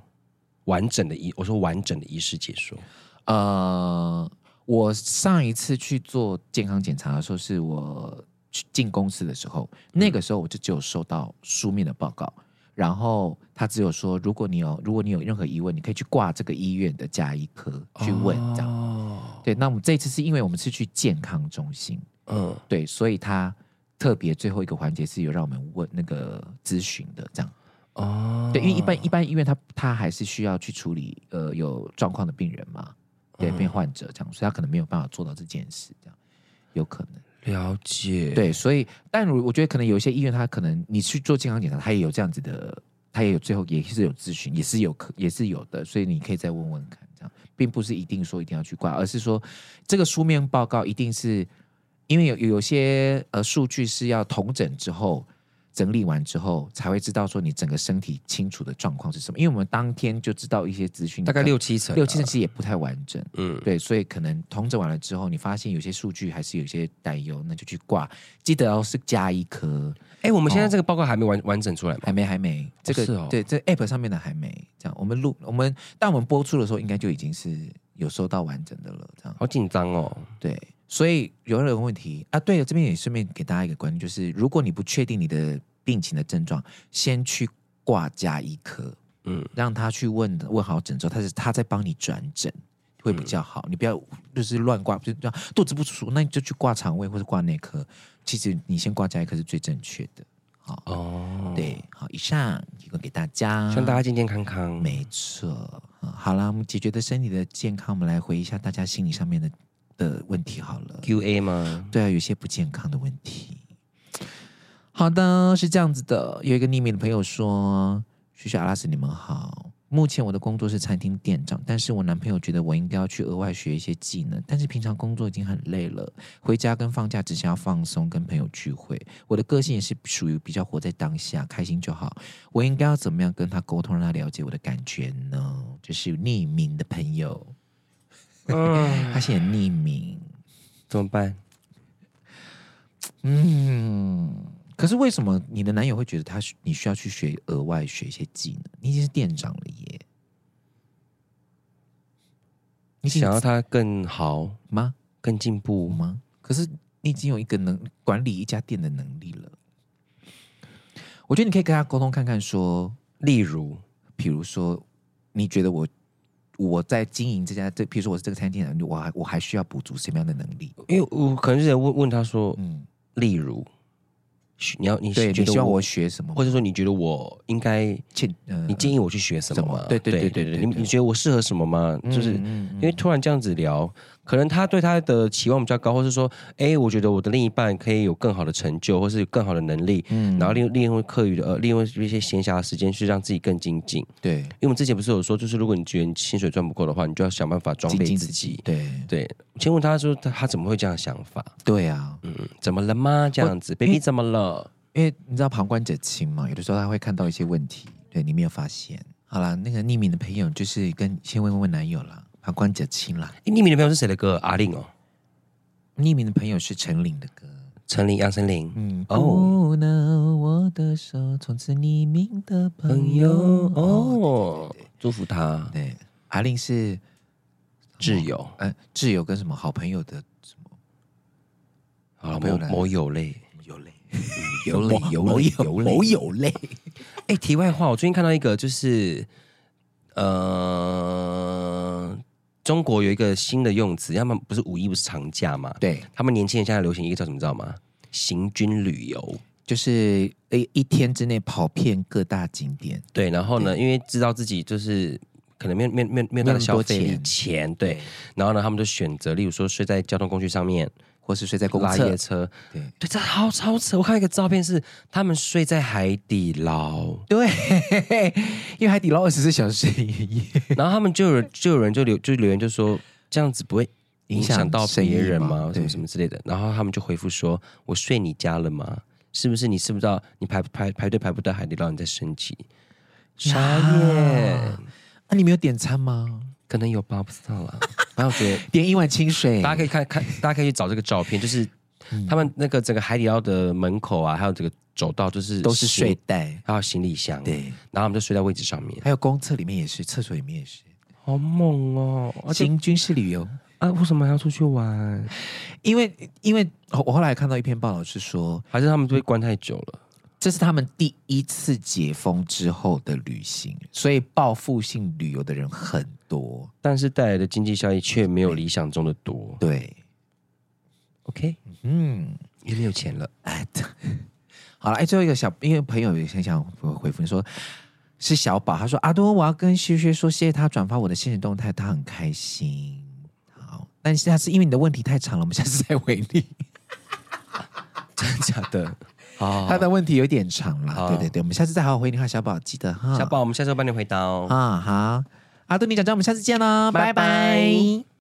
B: 完整的医，我说完整的医师解说。
A: 呃，我上一次去做健康检查的时候，是我去进公司的时候，那个时候我就只有收到书面的报告，然后他只有说，如果你有如果你有任何疑问，你可以去挂这个医院的加医科去问、这样。
B: 哦，
A: 对，那我们这一次是因为我们是去健康中心，
B: 嗯，
A: 对，所以他特别最后一个环节是有让我们问那个咨询的这样。
B: 哦，
A: 对，因为一般一般医院他他还是需要去处理呃有状况的病人嘛，对，病患者这样，所以他可能没有办法做到这件事，这样有可能。
B: 了解，，
A: 对，所以但我我觉得可能有一些医院他可能你去做健康检查，他也有这样子的，他也有最后也是有咨询，也是有可也是有的，所以你可以再问问看这样。响，并不是一定说一定要去挂，而是说这个书面报告一定是因为有有些呃数据是要统整之后。整理完之后，才会知道说你整个身体清楚的状况是什么。因为我们当天就知道一些资讯，
B: 大概六七成啊，
A: 六七成其实也不太完整，
B: 嗯，
A: 对，所以可能通整完了之后，你发现有些数据还是有些担忧，那就去挂。记得哦，是加一颗，
B: 哎，我们现在这个报告还没完完整出来嘛？
A: 还没，还没，这个、
B: 是哦
A: 对，这 app 上面的还没。这样，我们录我们，但我们播出的时候，应该就已经是有收到完整的了。这样，
B: 好紧张哦。
A: 对，所以有任何问题啊，对了，这边也顺便给大家一个观念，就是如果你不确定你的病情的症状，先去挂加医科，
B: 嗯
A: 嗯，让他去问问好诊之后，他是他在帮你转诊。会
B: 嗯
A: 比较好，你不要就是乱挂，就是这样肚子不舒服，那你就去挂肠胃或者挂内科。其实你先挂加医科是最正确的。好，
B: 哦，
A: 对，好，以上提供给大家，
B: 希望大家健健康康。
A: 没错。嗯好啦，我们解决的身体的健康，我们来回一下大家心理上面的的问题好了。
B: Q A 吗？
A: 对啊，有些不健康的问题。好的，是这样子的。有一个匿名的朋友说：“学学阿拉斯，你们好。目前我的工作是餐厅店长，但是我男朋友觉得我应该要去额外学一些技能。但是平常工作已经很累了，回家跟放假只想要放松，跟朋友聚会。我的个性也是属于比较活在当下，开心就好。我应该要怎么样跟他沟通，让他了解我的感觉呢？”这是匿名的朋友，
B: 嗯，
A: 他写匿名。
B: 怎么办？
A: 嗯，可是为什么你的男友会觉得他需你需要去学额外学一些技能？你已经是店长了耶，你已经
B: 想要他更好、
A: 吗？
B: 更进
A: 我
B: 步吗？
A: 吗？可是你已经有一个能管理一家店的能力了。我觉得你可以跟他沟通看看说
B: 例如，
A: 比如说你觉得我我在经营这家这，比如说我是这个餐厅的，我还我还需要补足什么样的能力？
B: 因为我可能是在问问他说，
A: 嗯，
B: 例如，需你要你
A: 对，
B: 觉
A: 你
B: 得
A: 希望我学什么？
B: 或者说你觉得我应该，
A: 欠呃
B: 你建议我去学什么
A: 什
B: 吗？
A: 么对对对对对
B: 你
A: 对
B: 你觉得我适合什么吗？就是
A: 嗯嗯嗯
B: 因为突然这样子聊，可能他对他的期望比较高，或是说，哎，我觉得我的另一半可以有更好的成就，或是有更好的能力，
A: 嗯
B: 然后利用利用课余的呃，利用一些闲暇的时间去让自己更精进。
A: 对
B: 因为我们之前不是有说，就是如果你觉得你薪水赚不够的话，你就要想办法装备
A: 精进
B: 自己。
A: 对
B: 对，先问他说他他怎么会这样的想法？
A: 对啊，
B: 嗯，怎么了吗？这样子，baby 怎么了？
A: 因为你知道旁观者清嘛，有的时候他会看到一些问题，对你没有发现。好啦，那个匿名的朋友就是跟先问问男友啦，旁观者清啦。
B: 诶匿名的朋友是谁的歌？阿令哦，
A: 匿名的朋友是陈琳的歌，
B: 陈琳、杨丞琳。
A: 嗯，
B: 哦
A: 不能我的手，从此匿名的朋
B: 朋
A: 友
B: 友
A: 哦，
B: 哦，祝福他
A: 对，阿令是
B: 挚友。
A: 呃挚友跟什么好朋友的什么
B: 好
A: 好
B: 了，
A: 朋友
B: 某
A: 来
B: 某友类，
A: 有嘞，
B: 有类，有类，有类，
A: 某有嘞，
B: 哎，题外话，我最近看到一个，就是呃，中国有一个新的用词，要么不是五一，不是长假嘛？
A: 对，
B: 他们年轻人现在流行一个叫什么，你知道吗？行军旅游。
A: 就是一一天之内跑遍各大景点，
B: 对，然后呢，因为知道自己就是可能没有没有没有没有
A: 没有
B: 他的
A: 那么
B: 消
A: 多
B: 费力
A: 钱
B: 钱，对，，然后呢，他们就选择，例如说睡在交通工具上面，
A: 或是睡在公
B: 拉
A: 厕
B: 夜，车，
A: 对。，
B: 对，这好超扯。我看到一个照片是他们睡在海底捞
A: 对， 因为海底捞二十四小时营业，
B: 然后他们就有人就有人就留就留言就说这样子不会影
A: 影响
B: 响到
A: 生意
B: 别人
A: 嘛
B: 吗？什么
A: 对
B: 什么之类的。然后他们就回复说：“我睡你家了吗？是不是你知不知道你排排排队排不到海底捞，你在生气？”傻眼
A: 呀，啊，你们有点餐吗？
B: 可能有吧，我不知道 了。反正我觉得。
A: 点一碗清水，
B: 大家可以看看，大家可以去找这个照片，就是他们那个整个海底捞的门口啊，还有这个走道，就是
A: 都是睡
B: 行，
A: 袋，
B: 还有行李箱，
A: 对，
B: 然后我们就睡在位置上面，
A: 还有公厕里面也是，厕所里面也是。
B: 好猛哦！而且
A: 行军事旅游，
B: 啊，为什么还要出去玩？
A: 因为因为我后来看到一篇报道是说，
B: 还是他们都被关太久了？
A: 这是他们第一次解封之后的旅行，所以报复性旅游的人很多。
B: 但是带来的经济效益却没有理想中的多。
A: 对，
B: OK，
A: 嗯。
B: 也没有钱了，
A: 好了，哎，最后一个小，因为朋友也很想回复你说是小宝，他说阿多，我要跟薛薛说，谢谢他转发我的现实动态，他很开心。好，但是他是因为你的问题太长了，我们下次再回你。
B: 真的假的？好，
A: 他的问题有点长了，
B: 好
A: 对对对，我们下次再好好回你哈，小宝记得哈，
B: 小宝，我们下次会帮你回答哦。
A: 啊好。阿杜米讲讲，我们下次见喽，拜
B: 拜
A: 拜
B: 拜